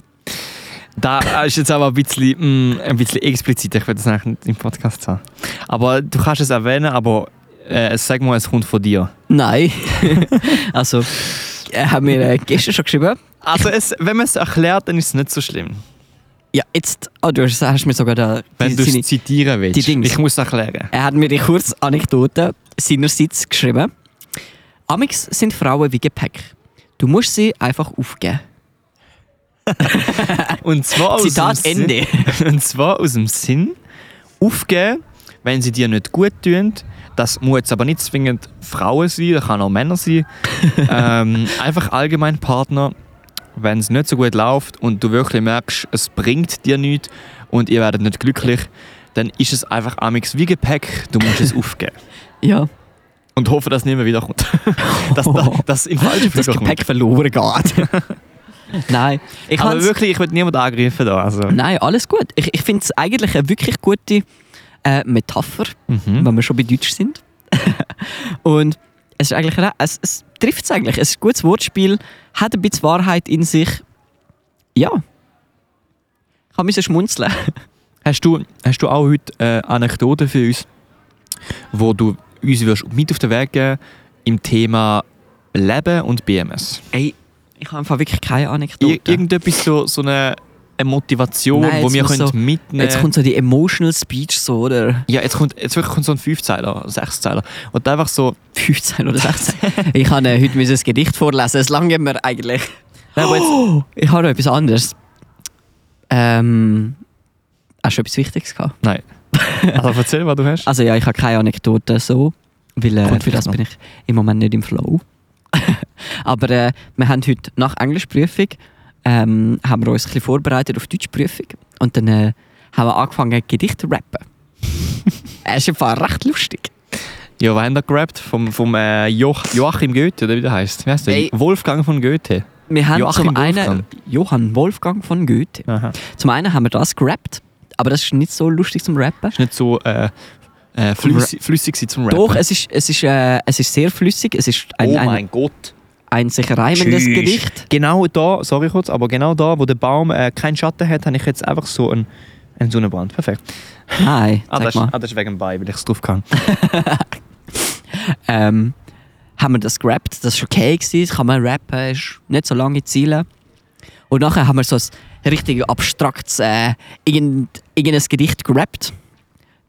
S2: Da äh, ist jetzt aber ein bisschen, mm, ein bisschen explizit. Ich will das eigentlich nicht im Podcast sagen. Aber du kannst es erwähnen, aber äh, sag mal, es kommt von dir.
S1: Nein. [LAUGHS] also, äh, haben wir äh, gestern schon geschrieben.
S2: Also, es, wenn man es erklärt, dann ist es nicht so schlimm.
S1: Ja, jetzt, ah, du hast, hast mir sogar da,
S2: Wenn du
S1: seine-
S2: es zitieren willst.
S1: die Dings.
S2: Ich muss es erklären.
S1: Er hat mir die kurze Anekdote seinerseits geschrieben. Amix sind Frauen wie Gepäck. Du musst sie einfach aufgeben.
S2: Und zwar aus
S1: Zitat
S2: dem
S1: Ende.
S2: [LAUGHS] Sinn, Und zwar aus dem Sinn, aufgeben, wenn sie dir nicht gut tun, Das muss jetzt aber nicht zwingend Frauen sein, das kann auch Männer
S1: [LAUGHS]
S2: sein. ähm, einfach allgemein Partner, wenn es nicht so gut läuft und du wirklich merkst, es bringt dir nichts und ihr werdet nicht glücklich, dann ist es einfach amix wie Gepäck, du
S1: [LAUGHS]
S2: musst es aufgeben.
S1: Ja.
S2: Und hoffe, dass es nicht mehr wiederkommt. [LAUGHS] dass, dass,
S1: [LAUGHS]
S2: dass es im falschen
S1: Das
S2: Flug kommt.
S1: Gepäck verloren
S2: [LAUGHS]
S1: geht. Nein. Ich
S2: Aber
S1: hab's-
S2: wirklich, ich würde niemanden angreifen da. Also.
S1: Nein, alles gut. Ich, ich finde es eigentlich eine wirklich gute äh, Metapher,
S2: Mhm. Hm?
S1: wenn wir schon bei Deutsch sind. [LAUGHS] Und es ist eigentlich, re- es, es trifft es eigentlich. Es ist ein gutes Wortspiel, hat ein bisschen Wahrheit in sich. Ja. Ich habe müssen schmunzeln.
S2: Hast du, hast du auch heute äh, Anekdoten für uns, wo du uns wirst mit auf den Weg geben im Thema Leben und BMS?
S1: Ey, ich habe einfach wirklich keine Anekdote.
S2: Ir irgendetwas so, so eine, eine Motivation,
S1: Nein,
S2: wo
S1: jetzt
S2: wir
S1: muss
S2: können
S1: so-
S2: mitnehmen.
S1: Jetzt kommt so die emotional Speech so, oder? [LAUGHS]
S2: ja, jetzt kommt jetzt wirklich kommt so ein Fünfzeiler, Sechszeiler und einfach so.
S1: 15 oder 16. ich habe äh, heute müssen ein Gedicht vorlesen. Es langt mir eigentlich.
S2: Nein, aber jetzt,
S1: Ich habe noch etwas anderes. Ähm, hast du etwas Wichtiges gehabt? [LAUGHS]
S2: nein. Also erzähl, was du hast.
S1: Also ja, ich habe keine Anekdote so, weil äh,
S2: Kommt
S1: für das
S2: vielleicht
S1: bin ich im Moment nicht im Flow. [LAUGHS] Aber äh, wir haben heute nach Englischprüfung ähm, haben wir uns ein bisschen vorbereitet auf Deutschprüfung und dann äh, haben wir angefangen Gedichte zu rappen. [LAUGHS] Es ist im Fall recht lustig.
S2: Ja, wir haben da gerappt vom, vom äh, Joach, Joachim Goethe, oder wie der heißt. Wie heißt der?
S1: Ey.
S2: Wolfgang von Goethe.
S1: Wir haben
S2: Joachim
S1: zum einen
S2: Wolfgang.
S1: Johann Wolfgang von Goethe.
S2: Aha.
S1: Zum einen haben wir das gerappt, aber das ist nicht so lustig zum Rappen.
S2: Ist nicht so äh, äh, flüssig, flüssig gewesen zum Rappen.
S1: Doch, es ist, es, ist, äh, es ist sehr flüssig, es ist ein,
S2: oh
S1: ein,
S2: mein Gott.
S1: ein sich reimendes
S2: Tschüss.
S1: Gedicht.
S2: Genau da, sorry kurz, aber genau da, wo der Baum äh, keinen Schatten hat, habe ich jetzt einfach so einen, einen Sonnenbrand. Perfekt.
S1: Nein,
S2: Ah,
S1: sag
S2: das, ist-
S1: mal.
S2: ah, das ist wegen dem Bein, weil ich es drauf kann.
S1: ähm, haben wir das gerappt. Das war okay, gewesen, das kann man rappen, ist nicht so lange Ziele. Und nachher haben wir so ein richtig abstraktes, äh, irgend, irgendein Gedicht gerappt.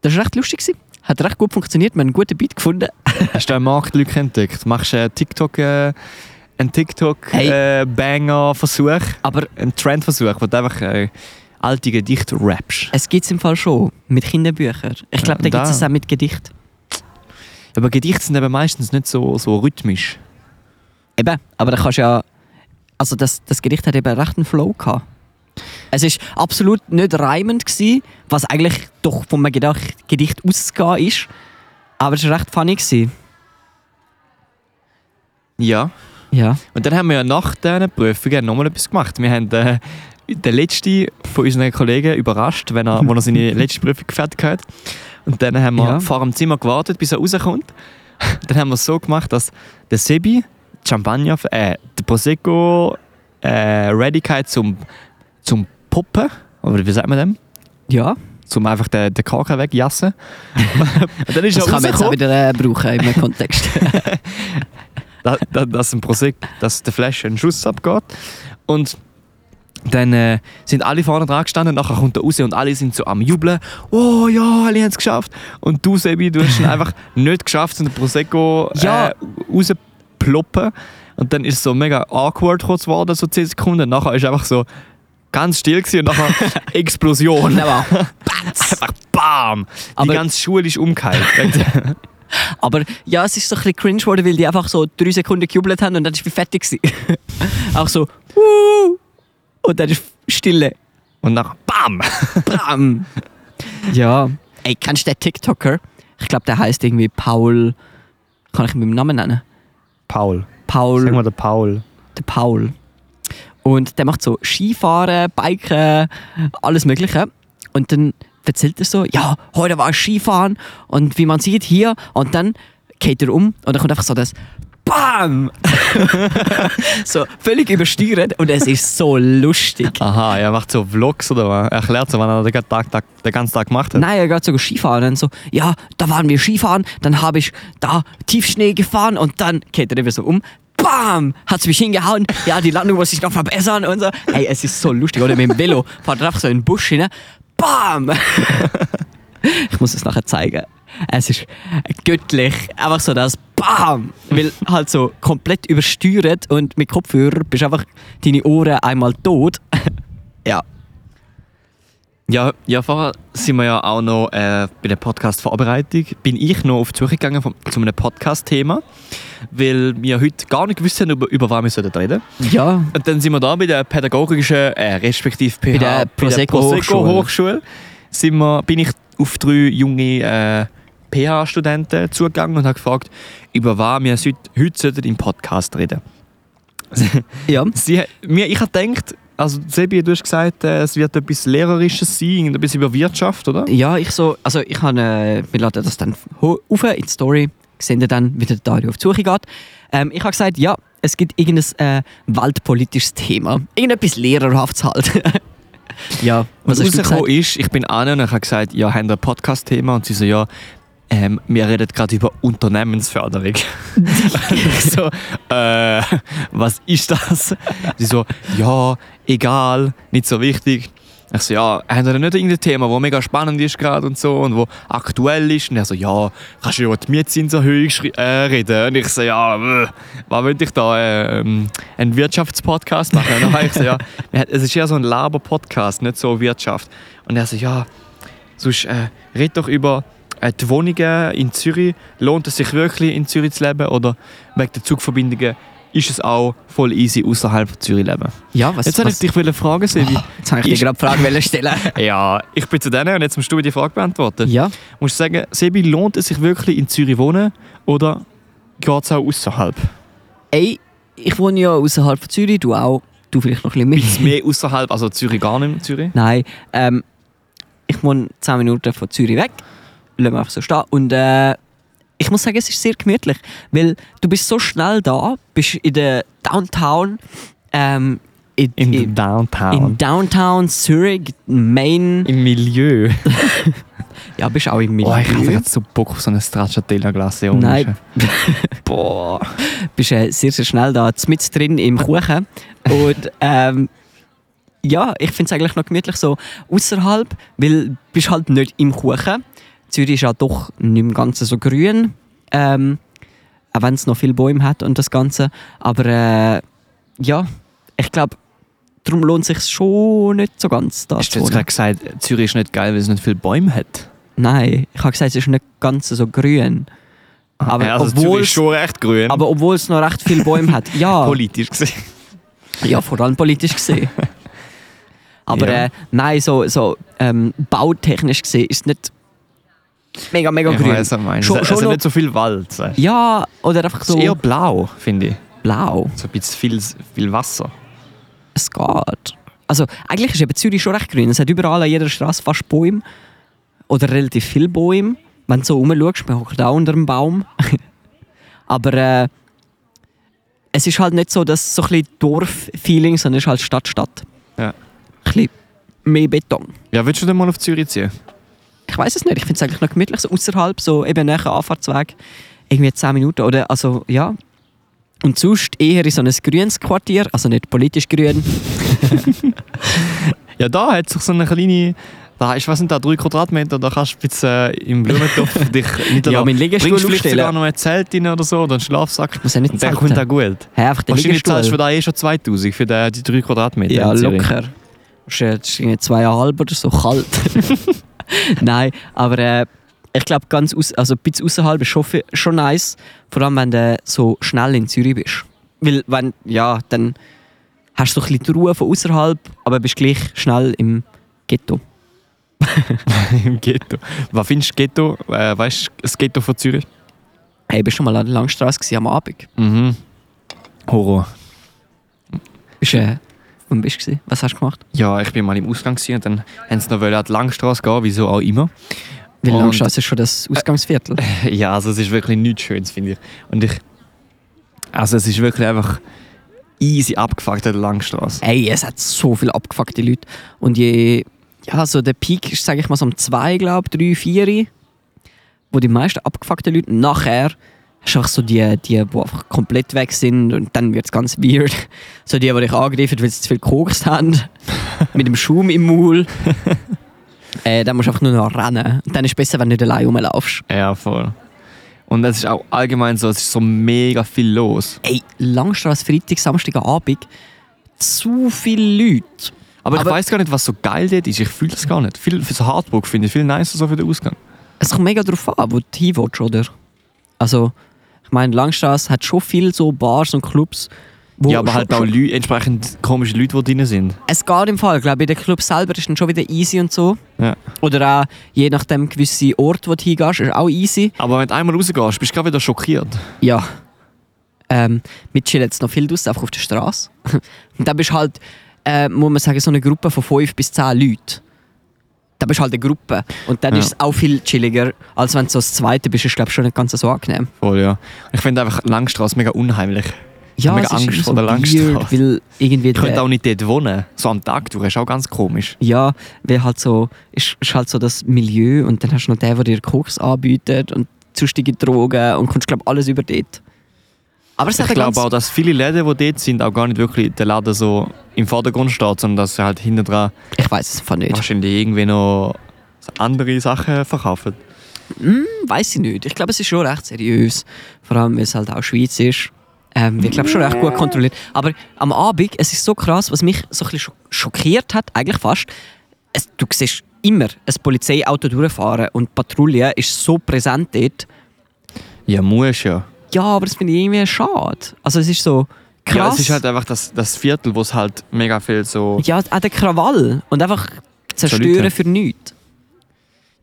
S1: Das war recht lustig. Gewesen. Hat recht gut funktioniert, wir haben einen guten Beat gefunden.
S2: [LAUGHS] Hast du eine Marktlücke entdeckt? Machst du einen TikTok, äh, einen TikTok
S1: Hey.
S2: äh, Banger-Versuch?
S1: Aber
S2: Einen Trendversuch, wo du einfach äh, alte Gedichte rappst?
S1: es gibt es im Fall schon mit Kinderbüchern. Ich glaube, da
S2: Ja,
S1: gibt es
S2: da.
S1: auch mit Gedicht.
S2: Aber Gedichte sind eben meistens nicht so, so rhythmisch.
S1: Eben, aber da kannst du ja. Also das, das Gedicht hat eben recht einen Flow gehabt. Es ist absolut nicht reimend, gewesen, was eigentlich doch von einem Gedicht, Gedicht auszugehen ist. Aber es war recht funny. Gewesen.
S2: Ja.
S1: Ja.
S2: Und dann haben wir ja nach diesen Prüfungen nochmal etwas gemacht. Wir haben äh, den letzten von unseren Kollegen überrascht, wenn er, wo er seine
S1: [LAUGHS]
S2: letzte Prüfung fertig hat. Und dann haben wir
S1: Ja.
S2: vor dem Zimmer gewartet, bis er rauskommt. [LAUGHS] Dann haben wir es so gemacht, dass der Sebi die Champagner, äh, der Prosecco äh, ready gehabt zum, zum Poppen, oder wie sagt man dem?
S1: Ja.
S2: Zum einfach den, den Korken wegjassen. [LAUGHS] Und dann ist
S1: Das
S2: er
S1: kann man jetzt auch
S2: rausgekommen.
S1: wieder äh, brauchen im Kontext.
S2: dass, dass, ein Prosek, dass der Flash einen Schuss abgeht. Und dann äh, sind alle vorne dran gestanden, nachher kommt er raus und alle sind so am Jubeln. Oh ja, alle haben es geschafft. Und du, Sebi, du
S1: [LAUGHS]
S2: hast es einfach nicht geschafft, und den Prosecco äh,
S1: Ja.
S2: rausploppen. Und dann ist es so mega awkward kurz geworden, so 10 Sekunden. Nachher ist einfach so ganz still gewesen und nachher
S1: [LAUGHS] [LAUGHS]
S2: Explosion.
S1: Wunderbar.
S2: einfach BAM!
S1: Aber-
S2: die ganze Schule
S1: [LAUGHS]
S2: ist umgekehrt.
S1: aber ja, es ist so ein bisschen cringe geworden, weil die einfach so drei Sekunden gejubelt haben und dann war ich fertig. gewesen. [LAUGHS] auch so, uh, und dann ist Stille.
S2: und nachher BAM!
S1: Bam. Ja. Ey, kennst du den TikToker? Ich glaube, der heißt irgendwie Paul. Kann ich ihn mit dem Namen nennen?
S2: Paul.
S1: Paul.
S2: mal, der Paul.
S1: Der Paul. Und der macht so Skifahren, Biken, alles Mögliche. Und dann erzählt er so: Ja, heute war ich Skifahren und wie man sieht, hier. Und dann geht er um und dann kommt einfach so das. BAM! [LAUGHS] so völlig übersteuert und es ist so lustig.
S2: Aha, er macht so Vlogs oder was? Er Erklärt so, was er den ganzen Tag, Tag, den ganzen Tag gemacht hat.
S1: Nein, er geht sogar Skifahren. Und so, ja, da waren wir Skifahren, dann habe ich da Tiefschnee gefahren und dann geht er eben so um. Bam! Hat's mich hingehauen. Ja, die Landung muss ich noch verbessern und so. Ey, es ist so lustig. Oder mit dem Velo fährt er einfach so in den Busch hinein. Bam! [LAUGHS] ich muss es nachher zeigen. Es ist göttlich. Einfach so das Bam! Weil halt so komplett übersteuert und mit [LAUGHS] Kopfhörer bist einfach deine Ohren einmal tot. ja.
S2: Ja, ja, vorher sind wir ja auch noch äh, bei der Podcast-Vorbereitung. Bin ich noch auf die Suche gegangen vom, zu einem Podcast-Thema, weil wir heute gar nicht gewusst haben, über, über was wir sollten reden
S1: Ja,
S2: Und dann sind wir da bei der pädagogischen, äh, respektive PH,
S1: der Prosecco Hochschule.
S2: Hochschule. Sind wir, bin ich auf drei junge äh, PH-Studenten zugegangen und habe gefragt, über was wir heute, heute sollten im Podcast reden
S1: ja.
S2: Sie, hat- mir, ich habe gedacht, also Sebi, du hast gesagt, äh, es wird etwas Lehrerisches sein, irgendetwas über Wirtschaft, oder?
S1: Ja, ich so, also ich habe, äh, wir laden das dann ho- auf in die Story, sehen ihr dann, wie der Dario auf die Suche geht. Ähm, ich habe gesagt, ja, es gibt irgendein äh, waldpolitisches Thema. Irgendetwas Lehrerhaftes halt. [LAUGHS] ja,
S2: Was
S1: was hast du gesagt?
S2: rausgekommen ist, ich bin an und ich habe gesagt, ja, haben wir ein Podcast-Thema? Und sie so, ja, ähm, wir reden gerade über Unternehmensförderung. ich [LAUGHS] so, äh, was ist das? Sie so, ja, egal, nicht so wichtig. Ich so, ja, haben wir nicht irgendein Thema, das mega spannend ist gerade und so und wo aktuell ist? Und er so, ja, kannst du über die Mietzinserhöhung schri- äh, reden? Und ich so, ja, äh, was will ich da, äh, ähm, einen Wirtschaftspodcast machen? Und dann habe ich so, ja, wir- es ist ja so ein Laber-Podcast, nicht so Wirtschaft. Und er so, ja, sonst äh, red doch über äh, die Wohnungen in Zürich. Lohnt es sich wirklich, in Zürich zu leben? Oder wegen der Zugverbindungen ist es auch voll easy, außerhalb von Zürich zu leben?
S1: Ja, was,
S2: Jetzt
S1: was,
S2: wollte ich dich wollen fragen, Sebi.
S1: jetzt habe ich dir
S2: ist-
S1: gerade die Frage [LAUGHS] wollen stellen.
S2: Ja, [LAUGHS] ich bin zu denen und jetzt musst du mir die Frage beantworten.
S1: ja,
S2: Musst du sagen, Sebi, lohnt es sich wirklich, in Zürich wohnen? Oder geht es auch [LAUGHS] außerhalb?
S1: ey, ich wohne ja außerhalb von Zürich, du auch, du vielleicht noch ein
S2: [LAUGHS]
S1: bisschen mehr.
S2: Mehr außerhalb, also Zürich gar nicht mehr, Zürich?
S1: Nein, ähm, ich wohne 10 Minuten von Zürich weg. Lassen wir einfach so stehen. Und äh, ich muss sagen, es ist sehr gemütlich, weil du bist so schnell da, bist in der Downtown, ähm, in,
S2: In,
S1: in, in
S2: Downtown.
S1: Downtown Zürich, Main.
S2: Im Milieu.
S1: [LAUGHS] Ja, bist auch im Milieu.
S2: Boah, Oh, ich hatte gerade so Bock auf so eine Stracciatella Glacione.
S1: Nein. [LAUGHS]
S2: Boah.
S1: bist äh, sehr, sehr schnell da mit drin im Kuchen. Und ähm, ja, ich finde es eigentlich noch gemütlich so außerhalb, weil du bist halt nicht im Kuchen. Zürich ist ja doch nicht im Ganzen so grün, ähm, auch wenn es noch viele Bäume hat und das Ganze. Aber äh, ja, ich glaube, darum lohnt es sich schon nicht so ganz da
S2: Hast du
S1: zu
S2: jetzt
S1: wohnen.
S2: gerade gesagt, Zürich ist nicht geil, weil es nicht viele Bäume hat?
S1: Nein, ich habe gesagt, es ist nicht ganz so grün. Aber
S2: Ja, also
S1: obwohl
S2: Zürich ist
S1: es-
S2: schon recht grün,
S1: aber obwohl es noch recht viele Bäume hat.
S2: [LAUGHS]
S1: Ja.
S2: politisch gesehen.
S1: Ja, vor allem politisch
S2: [LAUGHS]
S1: gesehen. Aber
S2: Ja.
S1: äh, nein, so, so ähm, bautechnisch gesehen ist nicht mega, mega
S2: Ich
S1: grün.
S2: weiss, was du meinst.
S1: Schon-
S2: Es-
S1: schon
S2: also
S1: noch-
S2: nicht so viel Wald. So.
S1: Ja, oder einfach
S2: Es ist
S1: so
S2: eher blau, finde ich.
S1: blau.
S2: So ein bisschen viel, viel Wasser.
S1: Es geht. Also eigentlich ist eben Zürich schon recht grün. Es hat überall an jeder Straße fast Bäume. Oder relativ viele Bäume. Wenn du so rumschaust, man hockt auch unter einem Baum. [LAUGHS] Aber äh, es ist halt nicht so, dass so ein bisschen Dorf-Feeling, sondern es ist halt Stadt-Stadt.
S2: Ja.
S1: Ein bisschen mehr Beton.
S2: Ja, willst du denn mal auf Zürich ziehen?
S1: ich weiß es nicht, ich finde es eigentlich noch gemütlich, so außerhalb, so eben nach Anfahrtsweg, irgendwie 10 Minuten oder, also ja. Und sonst eher in so ein grünes Quartier, also nicht politisch grün.
S2: Ja, da hat sich so eine kleine... Da ist, was sind da, drei Quadratmeter, da kannst du ein bisschen äh, im Blumentopf
S1: [LAUGHS]
S2: dich niederlassen.
S1: Ja, meinen Liegestuhl
S2: Bringst vielleicht
S1: aufstellen.
S2: sogar noch ein Zelt rein oder so, oder einen Schlafsack.
S1: Muss ja nicht
S2: Und dann
S1: zelten.
S2: kommt auch gut.
S1: Hey, einfach den
S2: Wahrscheinlich zahlst du für
S1: Liegestuhl.
S2: da eh schon 2000 für den- die 3 Quadratmeter.
S1: Ja,
S2: in Zürich.
S1: locker. Ist ja- ist irgendwie zweieinhalb oder so kalt. Nein, aber äh, ich glaube, ganz aus, also ein bisschen außerhalb ist schon, fi- schon nice, vor allem wenn du so schnell in Zürich bist. Weil, wenn, ja, dann hast du so ein bisschen die Ruhe von außerhalb, aber bist gleich schnell im Ghetto.
S2: [LAUGHS] Im Ghetto. Was findest du Ghetto? Äh, weißt du das Ghetto von Zürich?
S1: Hey, bist du schon mal an der Langstrasse gewesen am Abend?
S2: Mhm. Horror.
S1: Bist, äh, wo bist du? gewesen? Was hast du gemacht?
S2: Ja, ich bin mal im Ausgang gewesen und dann haben sie noch wollen an die Langstrasse gehen, wieso auch immer. [LAUGHS]
S1: Weil
S2: Und-
S1: Langstrasse ist schon das Ausgangsviertel.
S2: Ja, also es ist wirklich nichts Schönes, finde ich. Und ich... Also es ist wirklich einfach easy abgefuckt an der Langstrasse.
S1: Ey, es hat so viele abgefuckte Leute. Und je, ja, so der Peak ist, sage ich mal, so um 2, glaube ich, 3, 4, wo die meisten abgefuckten Leute nachher hast du einfach so die, die, die einfach komplett weg sind und dann wird es ganz weird. [LAUGHS] So die, die dich angegriffen, weil sie zu viel gekokst haben, mit dem Schaum im Maul. äh, dann musst du einfach nur noch rennen. Und dann ist es besser, wenn du nicht allein rumlaufst.
S2: Ja, voll. Und es ist auch allgemein so, es ist so mega viel los.
S1: Ey, Langstrasse, Freitag, Samstagabend, zu viele Leute.
S2: Aber,
S1: Aber-
S2: ich weiß gar nicht, was so geil dort ist. Ich fühle es gar nicht. Viel, für so Hardburg finde ich viel nicer so für den Ausgang.
S1: Es kommt mega drauf an, wo du hin willst, oder? Also, ich meine, Langstrasse hat schon viel so Bars und Clubs, wo
S2: ja, aber
S1: Oh, schon,
S2: halt auch Leu entsprechend komische Leute, die drin sind.
S1: Es geht im Fall, glaube ich, der Club selber ist dann schon wieder easy und so.
S2: Ja.
S1: Oder auch je nachdem gewisse Ort, wo du hingehst, ist auch easy.
S2: Aber wenn du einmal rausgehst, bist du gerade wieder schockiert.
S1: Ja. Ähm, wir chillen jetzt noch viel draussen, einfach auf der Straße. [LAUGHS] Und dann bist du halt, äh, muss man sagen, so eine Gruppe von fünf bis zehn Leuten. Da bist du halt eine Gruppe. Und dann
S2: Ja.
S1: ist es auch viel chilliger, als wenn du so das Zweite bist. Ist, glaube ich, schon nicht ganz so angenehm.
S2: Voll, ja. Ich finde einfach Langstrasse mega unheimlich.
S1: Ja,
S2: mega
S1: es ist
S2: Angst
S1: irgendwie
S2: vor der
S1: weird,
S2: Langstrasse.
S1: weil irgendwie
S2: Ich könnte
S1: der,
S2: auch nicht dort wohnen. So am Tag durch, ist auch ganz komisch.
S1: Ja, weil halt so, ist, ist halt so das Milieu und dann hast du noch den, der dir Koks anbietet und sonstige Drogen und kommst, glaube ich, alles über dort. Aber es hat
S2: Ich
S1: eine ganz
S2: glaube auch, dass viele Läden, die dort sind, auch gar nicht wirklich der Laden so im Vordergrund steht, sondern dass sie halt hinten dran
S1: Ich weiß es einfach nicht.
S2: wahrscheinlich irgendwie noch andere Sachen verkaufen.
S1: Hm, weiß ich nicht. Ich glaube, es ist schon recht seriös. Vor allem, weil es halt auch Schweiz ist. Ähm, wird, glaube schon recht gut kontrolliert. Aber am Abend, es ist so krass, was mich so ein bisschen scho- schockiert hat, eigentlich fast, es, du siehst immer ein Polizeiauto durchfahren und die Patrouille ist so präsent dort.
S2: Ja, muss ja.
S1: Ja, aber das finde ich irgendwie schade. Also es ist so krass.
S2: Ja, es ist halt einfach das, das Viertel, wo es halt mega viel so
S1: Ja, auch der Krawall und einfach zerstören
S2: Leute.
S1: für nichts.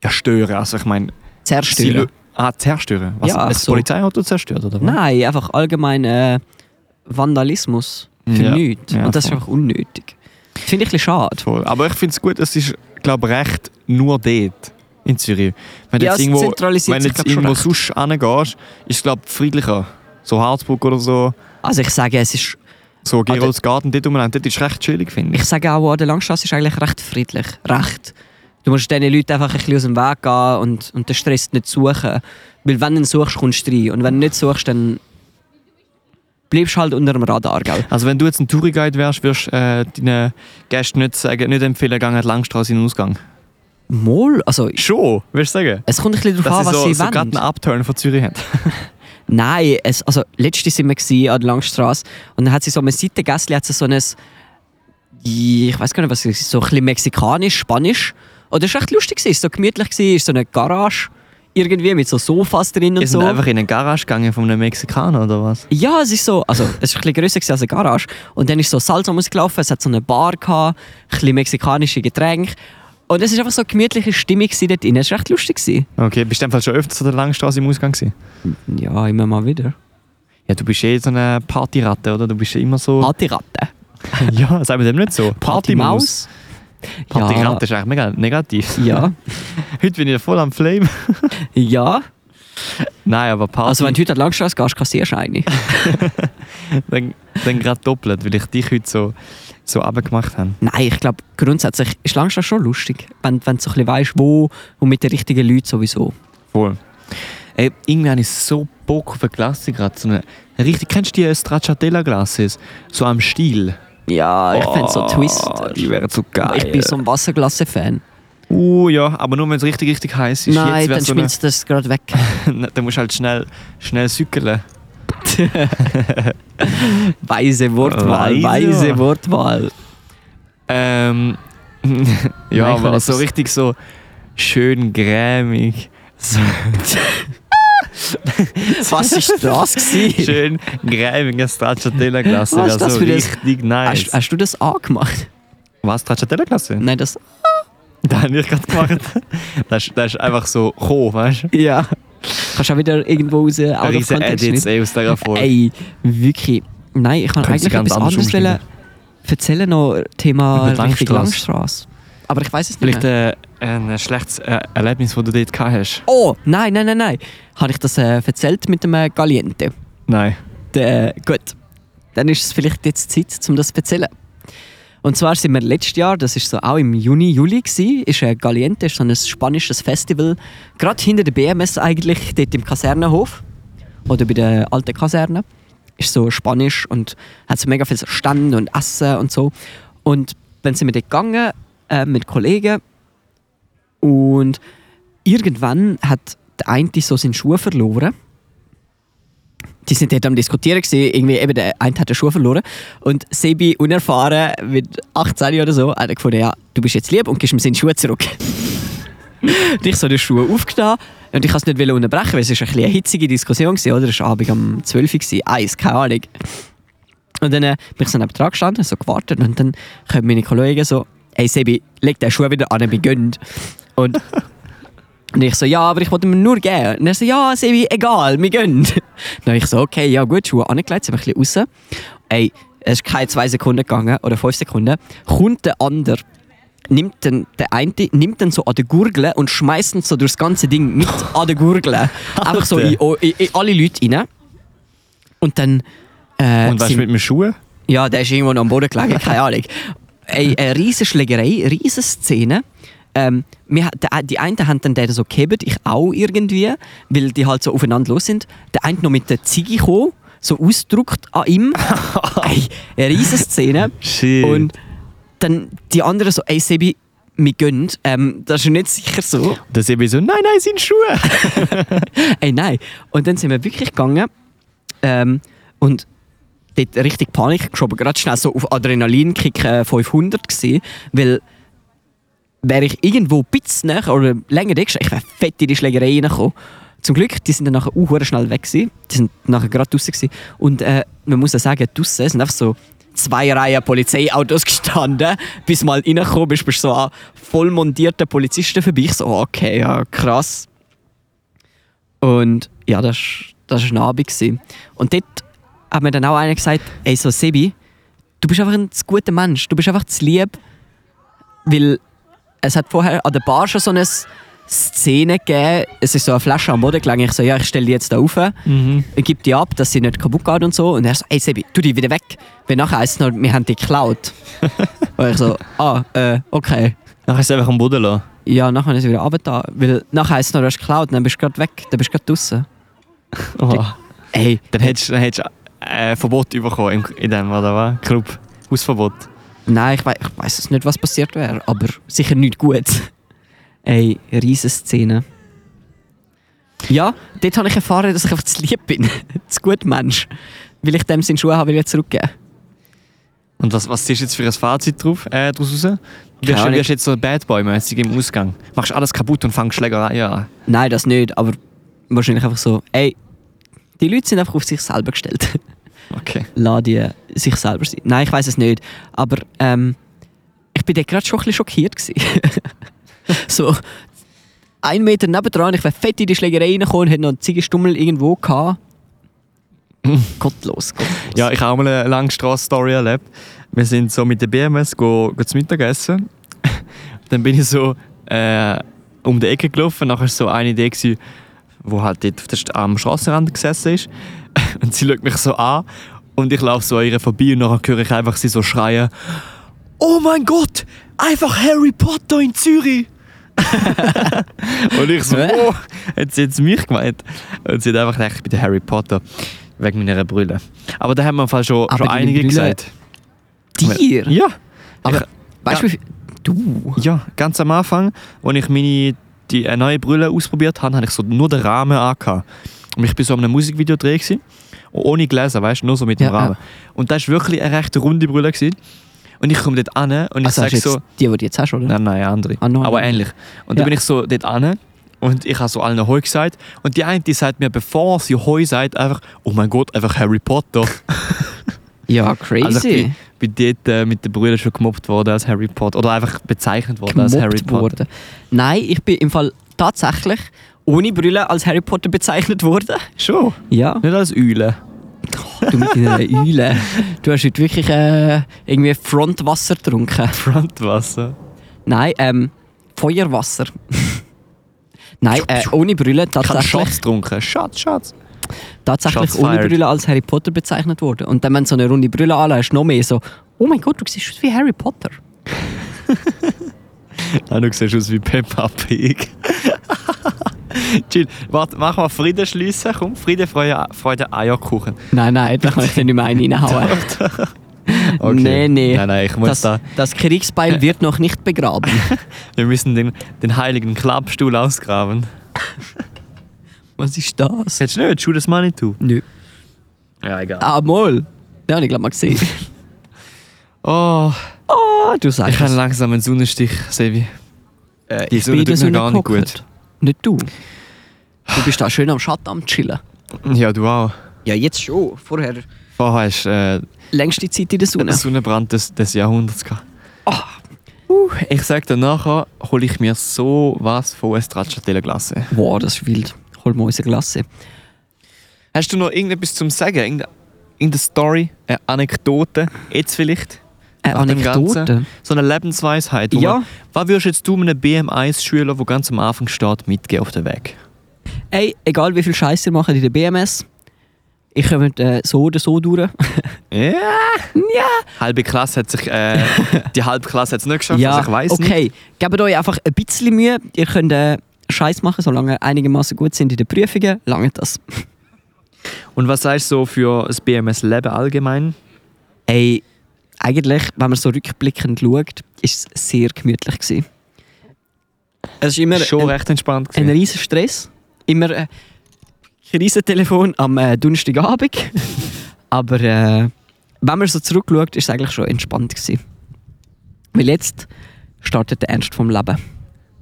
S2: ja, stören. Also ich meine, sie
S1: Zerstören.
S2: lö- Ah, zerstören. Was?
S1: Ja,
S2: Ja, das
S1: so.
S2: Polizeiauto zerstört, oder was?
S1: Nein, einfach allgemein äh, Vandalismus für
S2: Ja.
S1: nichts.
S2: Ja,
S1: und das ist
S2: voll.
S1: einfach unnötig. Finde ich ein bisschen schade.
S2: Voll. Aber ich finde es gut, es ist, glaube ich, recht nur dort in Zürich. Wenn du
S1: Ja,
S2: jetzt
S1: es
S2: irgendwo,
S1: zentralisiert
S2: wenn
S1: sich,
S2: du jetzt
S1: glaub, schon
S2: irgendwo
S1: recht.
S2: sonst hingehst, ist es, glaube ich, friedlicher. So Harzburg oder so,
S1: Also ich sage, es ist,
S2: so
S1: Ah, der-
S2: Geroldsgarten, dort umeinander, dort ist es recht chillig, finde ich.
S1: ich sage auch, an der Langstrasse ist eigentlich recht friedlich. Recht. Du musst diesen Leuten einfach ein bisschen aus dem Weg gehen und, und den Stress nicht suchen. Weil wenn du ihn suchst, kommst du rein. Und wenn du nicht suchst, dann bleibst du halt unter dem Radar, gell?
S2: Also wenn du jetzt ein Touriguide wärst, würdest du äh, deinen Gästen nicht, sagen, nicht empfehlen, gehen an die Langstrasse in den Ausgang.
S1: Mol, also
S2: Schon, würdest du sagen?
S1: es kommt ein bisschen darauf
S2: Dass
S1: an,
S2: sie
S1: was
S2: so,
S1: sie
S2: so gerade
S1: wollen.
S2: einen Upturn von Zürich haben.
S1: Nein, es, also letztes sind wir gewesen, an der Langstrasse und dann hat sie so eine Seitengässli, hat sie so ein, ich weiß gar nicht was, es ist, so ein bisschen mexikanisch, spanisch. Und das war echt lustig, gewesen, es war so gemütlich, gewesen, es ist so eine Garage irgendwie mit so Sofas drin und
S2: Die
S1: so.
S2: sind einfach in eine Garage gegangen von einem Mexikaner, oder was?
S1: Ja, es ist so, also es war ein bisschen grösser gewesen als eine Garage und dann ist so Salsa-Musik gelaufen, es hat so eine Bar gehabt, ein bisschen mexikanische Getränke und es war einfach so eine gemütliche Stimmung gewesen dort drin, es war echt lustig. Gewesen.
S2: Okay, bist du in dem Fall schon öfters an der Langstrasse im Ausgang gewesen?
S1: Ja, immer mal wieder.
S2: Ja, du bist eh so eine Partyratte, oder? Du bist eh immer so...
S1: Partyratte.
S2: [LAUGHS] Ja, sagen wir dem nicht so. Partymaus. Partyratte ist eigentlich mega negativ.
S1: Ja,
S2: [LAUGHS] Heute bin ich voll am Flame. [LAUGHS]
S1: ja. ja.
S2: Nein, aber Party,
S1: Also wenn du heute an die Langstrasse gehst, kassierst du [LAUGHS] eine.
S2: dann, dann gerade doppelt, weil ich dich heute so, so abgemacht habe.
S1: Nein, ich glaube grundsätzlich ist Langstrasse schon lustig, wenn, wenn du so ein bisschen weißt, wo und mit den richtigen Leuten sowieso.
S2: Voll. Ey, irgendwie habe ich so Bock auf eine Glasse gerade. So eine richtig, kennst du die äh, Stracciatella-Glasses? So am Stiel.
S1: Ja, Ah, ich fände so
S2: Oh,
S1: Twist.
S2: Die wären so geil.
S1: Ich bin so ein Wasserglasse-Fan.
S2: Uh, ja, aber nur wenn es richtig, richtig heiß ist.
S1: Nein,
S2: wär's
S1: dann
S2: so
S1: schmilzt das gerade weg.
S2: eine, [LAUGHS] Dann musst du halt schnell, schnell sückeln.
S1: [LAUGHS] Weise Wortwahl,
S2: Weise.
S1: weise Wortwahl.
S2: Ähm, [LAUGHS]
S1: ich
S2: ja,
S1: kann
S2: aber
S1: etwas-
S2: so richtig so schön [LAUGHS] grämig. So
S1: Was ist das [LAUGHS] gewesen?
S2: schön grämiger Stracciatella-Klasse.
S1: Was
S2: Wär
S1: ist das
S2: so
S1: für ein-
S2: Also richtig nice.
S1: Hast, hast du das angemacht?
S2: Was, [LAUGHS] Stracciatella-Klasse?
S1: Nein, das...
S2: Das habe ich gerade gemacht. [LAUGHS] das, ist- das ist einfach so hoch, weißt du?
S1: Ja. Kannst du auch wieder irgendwo raus...
S2: Ein riesen Edits ey, aus dieser Folge.
S1: Ey, wirklich. Nein, ich kann
S2: Können Sie
S1: eigentlich
S2: ganz
S1: etwas
S2: anders
S1: anderes wollen erzählen noch Thema
S2: Über die
S1: Richtung
S2: Langstrasse.
S1: Langstrasse. Aber ich weiß es nicht.
S2: Vielleicht
S1: Mehr.
S2: äh, ein schlechtes äh, Erlebnis, das du dort gehabt hast.
S1: Oh, nein, nein, nein, nein. Habe ich das äh, erzählt mit dem äh, Galiente?
S2: Nein.
S1: Äh, gut. Dann ist es vielleicht jetzt Zeit, um das zu erzählen. Und zwar sind wir letztes Jahr, das ist so auch im Juni, Juli, gsi, ist äh, Galiente, ist so ein spanisches Festival, gerade hinter der BMS eigentlich, dort im Kasernenhof oder bei der alten Kaserne. Ist so spanisch und hat so mega viel so Stände und Essen und so. Und dann sind wir dort gegangen äh, mit Kollegen und irgendwann hat der eine so seine Schuhe verloren. die sind dort am Diskutieren gewesen. Irgendwie eben der eine hat den Schuh verloren. Und Sebi, unerfahren, mit 18 oder so, hat er gefunden, ja, du bist jetzt lieb und gibst ihm seine Schuhe zurück. und ich so den Schuh aufgenommen und ich wollte es nicht unterbrechen, weil es ist ein bisschen eine hitzige Diskussion gewesen, oder? Es war Abend um 12 Uhr, gewesen. eins, keine Ahnung. Und dann äh, bin ich so neben dran gestanden, so gewartet und dann kommen meine Kollegen so, hey Sebi, leg den Schuh wieder an, wir gehen.
S2: [LAUGHS]
S1: Und und ich so, ja, aber ich wollte mir nur geben. Und er so, ja, Sebi, egal, wir gehen. [LAUGHS] Dann ich so, okay, ja gut, Schuhe angelegt, sind wir ein bisschen raus. Ey, es ist keine zwei Sekunden gegangen, oder fünf Sekunden. Kommt der andere, nimmt den, der eine, nimmt den so an den Gurgel und schmeißt ihn so durch das ganze Ding mit an den
S2: [LAUGHS]
S1: Gurgel. Einfach so in, in, in alle Leute rein. Und dann... Äh,
S2: Und was
S1: sind-
S2: mit meinen Schuhen?
S1: ja, der ist irgendwo noch am Boden gelegen, keine Ahnung. Ey, eine riesige Schlägerei, eine riesige Szene. Ähm, wir, ha- der- die einen haben dann den so gehebt, ich auch irgendwie, weil die halt so aufeinander los sind. Der eine noch mit der Ziege gekommen, so ausgedruckt an ihm. ey, eine riesige Szene.
S2: Shit.
S1: Und dann die anderen so, ey Sebi, wir gehen. Ähm, das ist nicht sicher so.
S2: Der Sebi so, nein, nein, sind Schuhe.
S1: [LAUGHS] Ey, nein. Und dann sind wir wirklich gegangen ähm, und dort richtig Panik geschoben. Gerade schnell so auf Adrenalinkick äh, 500 gewesen, weil wäre ich irgendwo ein bisschen näher oder länger da gestanden, ich wäre fett in die Schlägerei reingekommen. Zum Glück, die sind dann nachher auch verdammt schnell weg gewesen. Die sind nachher gerade draussen gewesen. Und äh, man muss ja sagen, draussen sind einfach so zwei Reihen Polizeiautos [LAUGHS] gestanden. Bis du mal reingekommen bist, bist du so an voll montierten Polizisten vorbei. Ich so, okay, ja, krass. Und ja, das war das ist ein Abend. Gewesen. Und dort hat mir dann auch einer gesagt, ey, so Sebi, du bist einfach ein zu guter Mensch, du bist einfach zu lieb, weil es hat vorher an der Bar schon so eine Szene gegeben, es ist so eine Flasche am Boden gelegen, ich so, ja, ich stelle die jetzt da rauf, ich gebe die ab, dass sie nicht kaputt geht und so. Und er so, ey Sebi, tu die wieder weg, weil nachher heisst es noch, wir haben die geklaut. und ich so, ah, äh, okay.
S2: Nachher ist er einfach am Boden lassen.
S1: Ja, nachher ist es wieder runter, weil nachher heisst es noch, du hast geklaut, dann bist du gerade weg, dann bist du gerade draußen.
S2: Oha.
S1: Ey,
S2: Dann hättest du dann hättest, du, äh, Verbot bekommen in, in dem, oder was? Club. Hausverbot.
S1: Nein, ich, wei ich weiß es nicht, was passiert wäre, aber sicher nicht gut. [LAUGHS] Ey, riesige Szene. Ja, dort habe ich erfahren, dass ich einfach zu lieb bin. [LAUGHS] zu gut Mensch. Weil ich dem seinen Schuh habe wieder zurückgeben.
S2: Und was, was ist jetzt für ein Fazit drauf, äh, draus raus? Du wirst,
S1: Ahnung.
S2: wirst jetzt so Bad Boy-mäßig im Ausgang. Machst alles kaputt und fangst Schlägerei an.
S1: Nein, das nicht, aber wahrscheinlich einfach so, ey, die Leute sind einfach auf sich selber gestellt. [LAUGHS]
S2: Okay.
S1: Lass die sich selber sein. Nein, ich weiß es nicht. Aber ähm, ich bin dort gerade schon ein bisschen schockiert. gewesen. [LAUGHS] so ein Meter nebendran, ich wäre fett in die Schlägerei reingekommen und hätte noch einen Ziegenstummel irgendwo gehabt. gottlos, gottlos.
S2: Ja, ich habe auch mal eine lange Straßenstory erlebt. Wir sind so mit der BMS go, go zum Mittagessen. [LAUGHS] Dann bin ich so äh, um die Ecke gelaufen. Nachher war so eine Idee, gewesen, wo halt dort auf der, St- am Straßenrand gesessen ist. [LAUGHS] Und sie schaut mich so an und ich laufe so an ihr vorbei und nachher höre ich einfach sie so schreien. Oh mein Gott! Einfach Harry Potter in Zürich! [LAUGHS] und ich so,
S1: Hä?
S2: oh, hat sie jetzt mich gemeint? Und sie hat einfach gedacht, ich bin der Harry Potter. Wegen meiner Brille. Aber da haben wir im Fall schon,
S1: Aber
S2: schon
S1: deine
S2: einige
S1: Brille-
S2: gesagt.
S1: Dir?
S2: Ja.
S1: Aber
S2: ich,
S1: weißt du, wie viel. Du?
S2: ja, ganz am Anfang, als ich meine die äh, neue Brille ausprobiert habe, hatte ich so nur den Rahmen angehabt. Und ich war so an einem Musikvideo dreh gewesen, und ohne Gläser, weißt du, nur so mit dem
S1: Ja, ja.
S2: Rahmen. Und das war wirklich eine recht runde Brille. Gewesen. Und ich komme dort an und
S1: Also
S2: ich
S1: hast
S2: sage
S1: du jetzt
S2: so,
S1: die, die du jetzt hast, oder?
S2: Nein, nein, andere.
S1: Ah, noch
S2: aber
S1: andere.
S2: ähnlich.
S1: Ja.
S2: Und dann bin ich so dort an und ich habe so allen Hoi gesagt. Und die eine, die sagt mir, bevor sie Hoi sagt, einfach, oh mein Gott, einfach Harry Potter. [LAUGHS]
S1: Ja, crazy.
S2: Also ich bin, bin dort äh, mit den Brüdern schon gemobbt worden als Harry Potter. Oder einfach bezeichnet worden als Harry
S1: gemobbt
S2: Potter.
S1: worden. Nein, ich bin im Fall tatsächlich ohne Brille als Harry Potter bezeichnet worden.
S2: Schon?
S1: Ja.
S2: Nicht als [LAUGHS] Eule.
S1: Du mit deiner Eule. Du hast heute wirklich äh, irgendwie Frontwasser getrunken.
S2: Frontwasser.
S1: Ah, Nein, ähm, Feuerwasser. [LAUGHS] Nein, äh, ohne Brille
S2: Ich habe
S1: tatsächlich,
S2: Schatz getrunken. Schatz, Schatz.
S1: tatsächlich
S2: Shots
S1: ohne
S2: fired.
S1: Brille als Harry Potter bezeichnet worden. Und dann, wenn du so eine runde Brille anlässt, noch mehr so, oh mein Gott, du siehst aus wie Harry Potter.
S2: Ah, du siehst aus wie Peppa Pig. [LAUGHS] Chill, warte, mach mal Frieden schliessen. Komm, Frieden, Freude, Freude Eierkuchen. [LAUGHS]
S1: Nein, nein, da kann ich dir nicht mehr einen [LAUGHS] reinhauen. Nee, nee.
S2: Nein, nein, ich muss
S1: Das,
S2: da.
S1: das Kriegsbeil wird noch nicht begraben.
S2: Wir müssen den, den heiligen Klappstuhl ausgraben.
S1: Was ist das?
S2: Jetzt nicht, shoot das money to.
S1: Nö.
S2: Ja, egal.
S1: Ah, mal. Den habe ich glaube mal gesehen.
S2: Oh,
S1: Ah, du
S2: ich
S1: sagst
S2: habe
S1: es.
S2: langsam einen Sonnenstich, Sevi. Äh,
S1: Die Speeder
S2: Sonne tut mir
S1: sind
S2: gar nicht gut.
S1: Nicht du. Du bist
S2: [SIGHS]
S1: da schön am Schatten am Chillen.
S2: Ja, du auch.
S1: Ja, jetzt schon. Vorher
S2: Vorher hast du äh,
S1: längste Zeit in der
S2: Genau.
S1: Sonne.
S2: Sonnenbrand des, des Jahrhunderts gehabt.
S1: Ah.
S2: Uh, ich sag dir nachher, hole ich mir so was von einer Stracciatella Glasse.
S1: Wow, das ist wild. Hol mal unsere Äh, Klasse.
S2: Hast du noch irgendetwas zum Sagen? Irgende- Irgendeine Story, eine Anekdote, jetzt vielleicht?
S1: Eine
S2: Nach dem
S1: Anekdote.
S2: Ganzen? So eine Lebensweisheit. wo
S1: Ja.
S2: man- Was würdest jetzt du einem BM1-Schüler, der ganz am Anfang steht, mitgeben auf den Weg?
S1: Ey, egal wie viel Scheiße ihr macht in der BMS, ich komme äh, so oder so durch.
S2: Ja! Halbe Klasse hat sich,
S1: [LAUGHS]
S2: äh, die halbe Klasse hat es nicht geschafft, also ich weiß nicht.
S1: okay. Gebt euch einfach ein bisschen Mühe. Ihr könnt äh, Scheiß machen, solange ihr einigermaßen gut sind in den Prüfungen. Lange das.
S2: Und was sagst du so für das BMS-Leben allgemein?
S1: Ey, eigentlich, wenn man so rückblickend schaut, ist es sehr gemütlich gewesen. Es ist immer
S2: Schon
S1: ein,
S2: recht entspannt
S1: ein
S2: gewesen.
S1: riesen Stress. Immer äh, Krisentelefon am äh, Donnerstagabend. [LAUGHS] Aber äh, wenn man so zurückschaut, ist es eigentlich schon entspannt gewesen. Weil jetzt startet der Ernst vom Leben.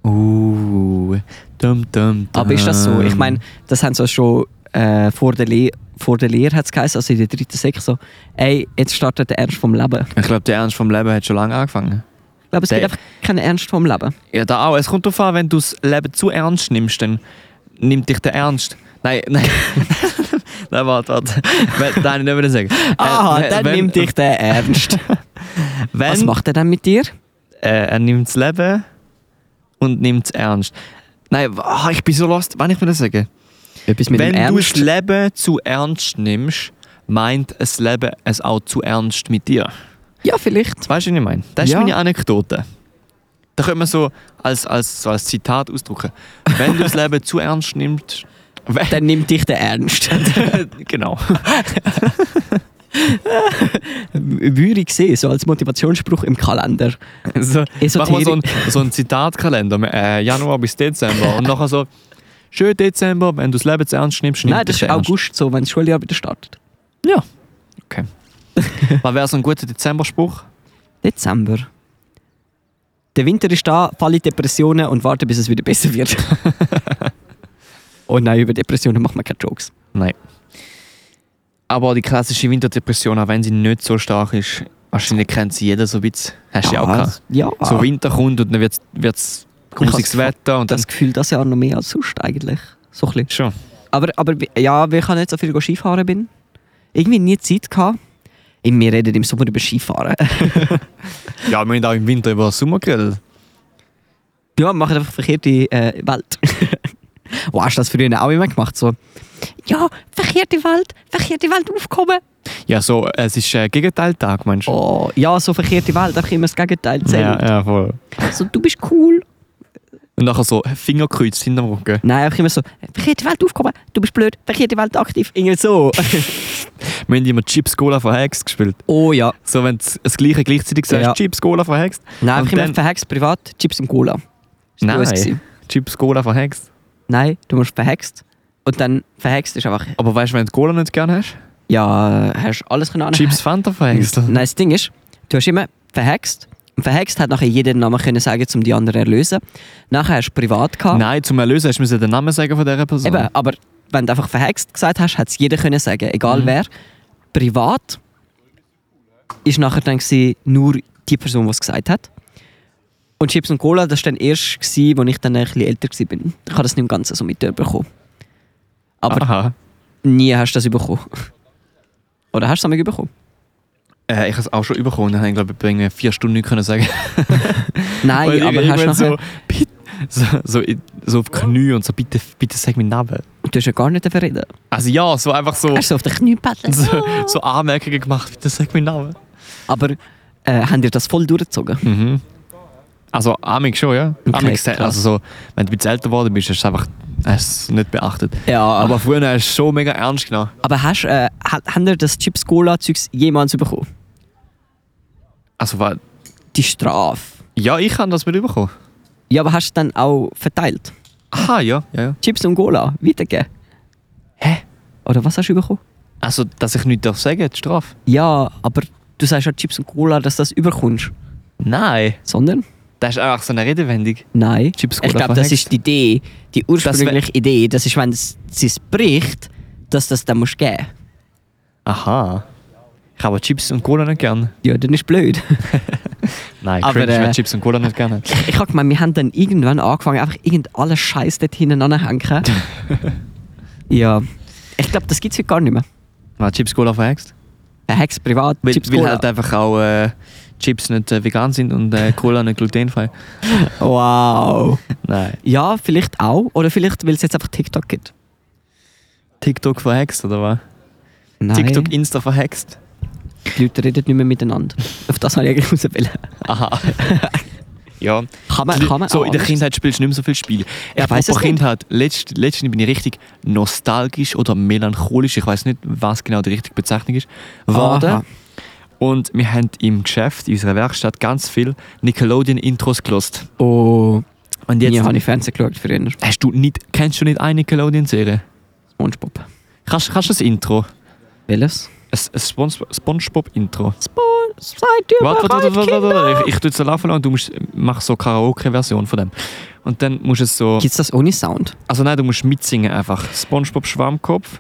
S2: Uh, dum, dum, dum.
S1: Aber ist das so? Ich meine, das haben sie ja schon äh, vor der Lehre, vor der Lehre hat's geheißen, also in der dritten Sek so, ey, jetzt startet der Ernst vom Leben.
S2: Ich glaube, der Ernst vom Leben hat schon lange angefangen.
S1: Ich glaube, es
S2: Der-
S1: gibt einfach keinen Ernst vom Leben.
S2: Ja, da auch. Es kommt darauf an, wenn du das Leben zu ernst nimmst, dann nimmt dich der Ernst. Nein,
S1: [LAUGHS]
S2: nein. nein, warte, warte. Wenn- Nein, ich nicht mehr sagen. Äh,
S1: Aha,
S2: wenn-
S1: dann
S2: wenn-
S1: nimmt dich Ah, Also der Ernst.
S2: Wenn,
S1: Was macht er dann mit dir?
S2: Äh, er nimmt das Leben und nimmt es ernst. Nein, w- ah, ich bin so lost. Wann ich mir das sagen?
S1: Etwas mit
S2: wenn
S1: dem
S2: du das
S1: Ernst.
S2: Leben zu ernst nimmst, meint das Leben es auch zu ernst mit dir.
S1: Ja, vielleicht.
S2: Weißt du, was ich meine? Das ist
S1: Ja.
S2: meine Anekdote. Da könnte man so als, als, so als Zitat ausdrucken. Wenn du das Leben zu ernst nimmst. [LAUGHS] wenn-
S1: Dann nimmt dich der [LAUGHS] Ernst.
S2: genau.
S1: Würde ich sehen, so als Motivationsspruch im Kalender.
S2: So, machen wir so einen
S1: Esoterik.
S2: so einen Zitatkalender, äh, Januar bis Dezember. Und nachher so, schön Dezember, wenn du das Leben zu ernst nimmst, nimm
S1: Nein, das
S2: dich
S1: ist
S2: ernst.
S1: August so, wenn das Schuljahr wieder startet.
S2: Ja. Okay. Was wäre so ein guter Dezemberspruch?
S1: Dezember. Der Winter ist da, falle in Depressionen und warte, bis es wieder besser [LAUGHS] wird. oh nein, über Depressionen macht man keine Jokes.
S2: Nein. Aber die klassische Winterdepression, auch wenn sie nicht so stark ist, wahrscheinlich kennt sie jeder so ein bisschen. Hast du ja auch gehabt.
S1: Ja,
S2: So Winter kommt und dann wird es grusiges
S1: Ich hab's
S2: Wetter und dann...
S1: das Gefühl, das Jahr noch mehr als sonst eigentlich. So ein bisschen.
S2: Schon.
S1: Aber, aber wie- ja, weil ich auch nicht so viel Skifahren bin. Irgendwie nie Zeit gehabt. Ey, Wir reden im Sommer über Skifahren.
S2: Ja, wir haben auch im Winter über den Sommer geredet.
S1: ja, wir machen einfach verkehrte äh, Welt. [LAUGHS] Wo hast du das früher auch immer gemacht? So, ja, verkehrte Welt, verkehrte Welt aufkommen.
S2: Ja, so, es ist äh, Gegenteiltag, meinst du?
S1: Oh, ja, so verkehrte Welt, einfach immer das Gegenteil
S2: ja,
S1: zählen.
S2: ja, voll.
S1: So, du bist cool.
S2: Und nachher so Fingerkreuz hinterm Rücken.
S1: Nein, einfach immer so, verkehrte Welt aufkommen, du bist blöd, verkehrte Welt aktiv. Irgendwie so.
S2: Wir haben immer Chips Cola von Hex gespielt.
S1: [LAUGHS] oh ja.
S2: So, wenn du das Gleiche gleichzeitig sagst,
S1: Ja.
S2: Chips Cola von Hex.
S1: Nein,
S2: Und
S1: einfach immer
S2: dann-
S1: verhext privat, Chips und Cola. Ist
S2: Nein.
S1: gut gewesen.
S2: Chips Cola von Hex.
S1: Nein, du musst verhext. Und dann verhext ist einfach,
S2: Aber weißt du, wenn du Cola nicht gerne hast?
S1: ja, hast alles können
S2: Chips Fanta von Hex.
S1: Nein, das Ding ist, du hast immer verhext. Und verhext hat nachher jeder den Namen können sagen, um die anderen zu erlösen. Nachher hast du privat gehabt.
S2: Nein, zum Erlösen hast du müssen den Namen sagen von dieser Person.
S1: Eben, aber wenn du einfach verhext gesagt hast, hat es jeder können sagen,
S2: Mhm.
S1: egal wer. Privat ist nachher dann gewesen, nur die Person, die es gesagt hat. Und Chips und Cola, das war dann erst, gewesen, als ich dann ein bisschen älter war. Ich habe das nicht im Ganzen so mitbekommen. Aber
S2: Aha.
S1: nie hast du das bekommen. Oder hast du es einmal bekommen?
S2: Äh, ich habe es auch schon bekommen. Dann habe ich, glaube ich, irgendwie vier Stunden nicht können sagen.
S1: Nein,
S2: Weil
S1: aber
S2: irgendwann
S1: hast du nachher,
S2: so, bitte, so, so, in- so auf Knie und so, bitte, bitte sag meinen Namen.
S1: du hast ja gar nicht davon reden.
S2: Also ja, so einfach so,
S1: Hast du so auf den
S2: [LAUGHS]
S1: Knie paddeln.
S2: so, so Anmerkungen gemacht, bitte sag meinen Namen.
S1: Aber äh, haben dir das voll durchgezogen?
S2: Mhm. Also Amix schon, ja.
S1: Okay,
S2: Amix,
S1: klar.
S2: also so, wenn du ein bisschen älter geworden bist, hast du es einfach hast du es nicht beachtet.
S1: Ja,
S2: Aber
S1: aber,
S2: früher hast du es schon mega ernst genommen.
S1: aber hast du äh, ha- haben dir das Chips Cola Zeugs jemals bekommen?
S2: Also wa-
S1: Die Strafe.
S2: ja, ich habe das mitbekommen.
S1: Ja, aber hast du dann auch verteilt?
S2: Aha, ja. ja, ja.
S1: Chips und Cola weitergegeben? Hä? Oder was hast du bekommen?
S2: Also, dass ich nichts darf sagen, die Strafe?
S1: Ja, aber du sagst ja Chips und Cola, dass du das überkommst.
S2: Nein.
S1: Sondern?
S2: Das ist einfach so eine Redewendung.
S1: Nein.
S2: Chips
S1: ich
S2: Cola
S1: glaube, das
S2: verhext.
S1: ist die Idee, die ursprüngliche Idee. Das ist, wenn es sie es bricht, dass das dann musst geben.
S2: Aha. Ich habe Chips und Cola nicht gern.
S1: Ja, dann ist
S2: [LAUGHS]
S1: blöd.
S2: Nein,
S1: Aber,
S2: Aber, cringe, wenn
S1: äh,
S2: Chips und Cola nicht [LAUGHS] gerne.
S1: Ich, ich habe gemeint, wir haben dann irgendwann angefangen, einfach irgend alles Scheiß dort hinten
S2: [LAUGHS]
S1: anhängen. ja. Ich glaube, das gibt es heute gar nicht mehr.
S2: Weil Chips Cola verhext?
S1: Ein Hex privat,
S2: Weil,
S1: Chips
S2: weil
S1: Cola.
S2: halt einfach auch äh, Chips nicht äh, vegan sind und [LAUGHS] äh, Cola nicht glutenfrei.
S1: Wow.
S2: Nein.
S1: Ja, vielleicht auch. Oder vielleicht, weil es jetzt einfach TikTok gibt.
S2: TikTok verhext, oder was?
S1: Nein.
S2: TikTok, Insta verhext?
S1: Die Leute reden nicht mehr miteinander. Auf das habe ich eigentlich rauswählen.
S2: Aha. [LAUGHS] ja.
S1: Kann man, kann man
S2: so,
S1: auch
S2: in der
S1: anders.
S2: Kindheit spielst du nicht mehr so viel Spiele.
S1: Ich
S2: Apropos
S1: weiss es nicht.
S2: Kindheit, letztens letztens bin ich richtig nostalgisch oder melancholisch, ich weiß nicht, was genau die richtige Bezeichnung ist, geworden.
S1: Aha.
S2: Und wir haben im Geschäft, in unserer Werkstatt, ganz viel Nickelodeon-Intros gelost.
S1: Oh,
S2: Und
S1: jetzt
S2: jetzt
S1: habe ich Fernsehen geschaut für ihn.
S2: hast du nicht, kennst du nicht eine Nickelodeon-Serie?
S1: Spongebob.
S2: Kannst, kannst du das Intro?
S1: Welches?
S2: Ein, ein Spons Spongebob-Intro.
S1: Seid ihr
S2: Warte, warte, warte, warte,
S1: genau.
S2: warte. Ich, ich tue es laufen lassen und du musst, mach so Karaoke-Version von dem. Und dann musst du es so...
S1: Gibt es das ohne Sound?
S2: Also nein, du musst mitsingen einfach. Spongebob Schwammkopf.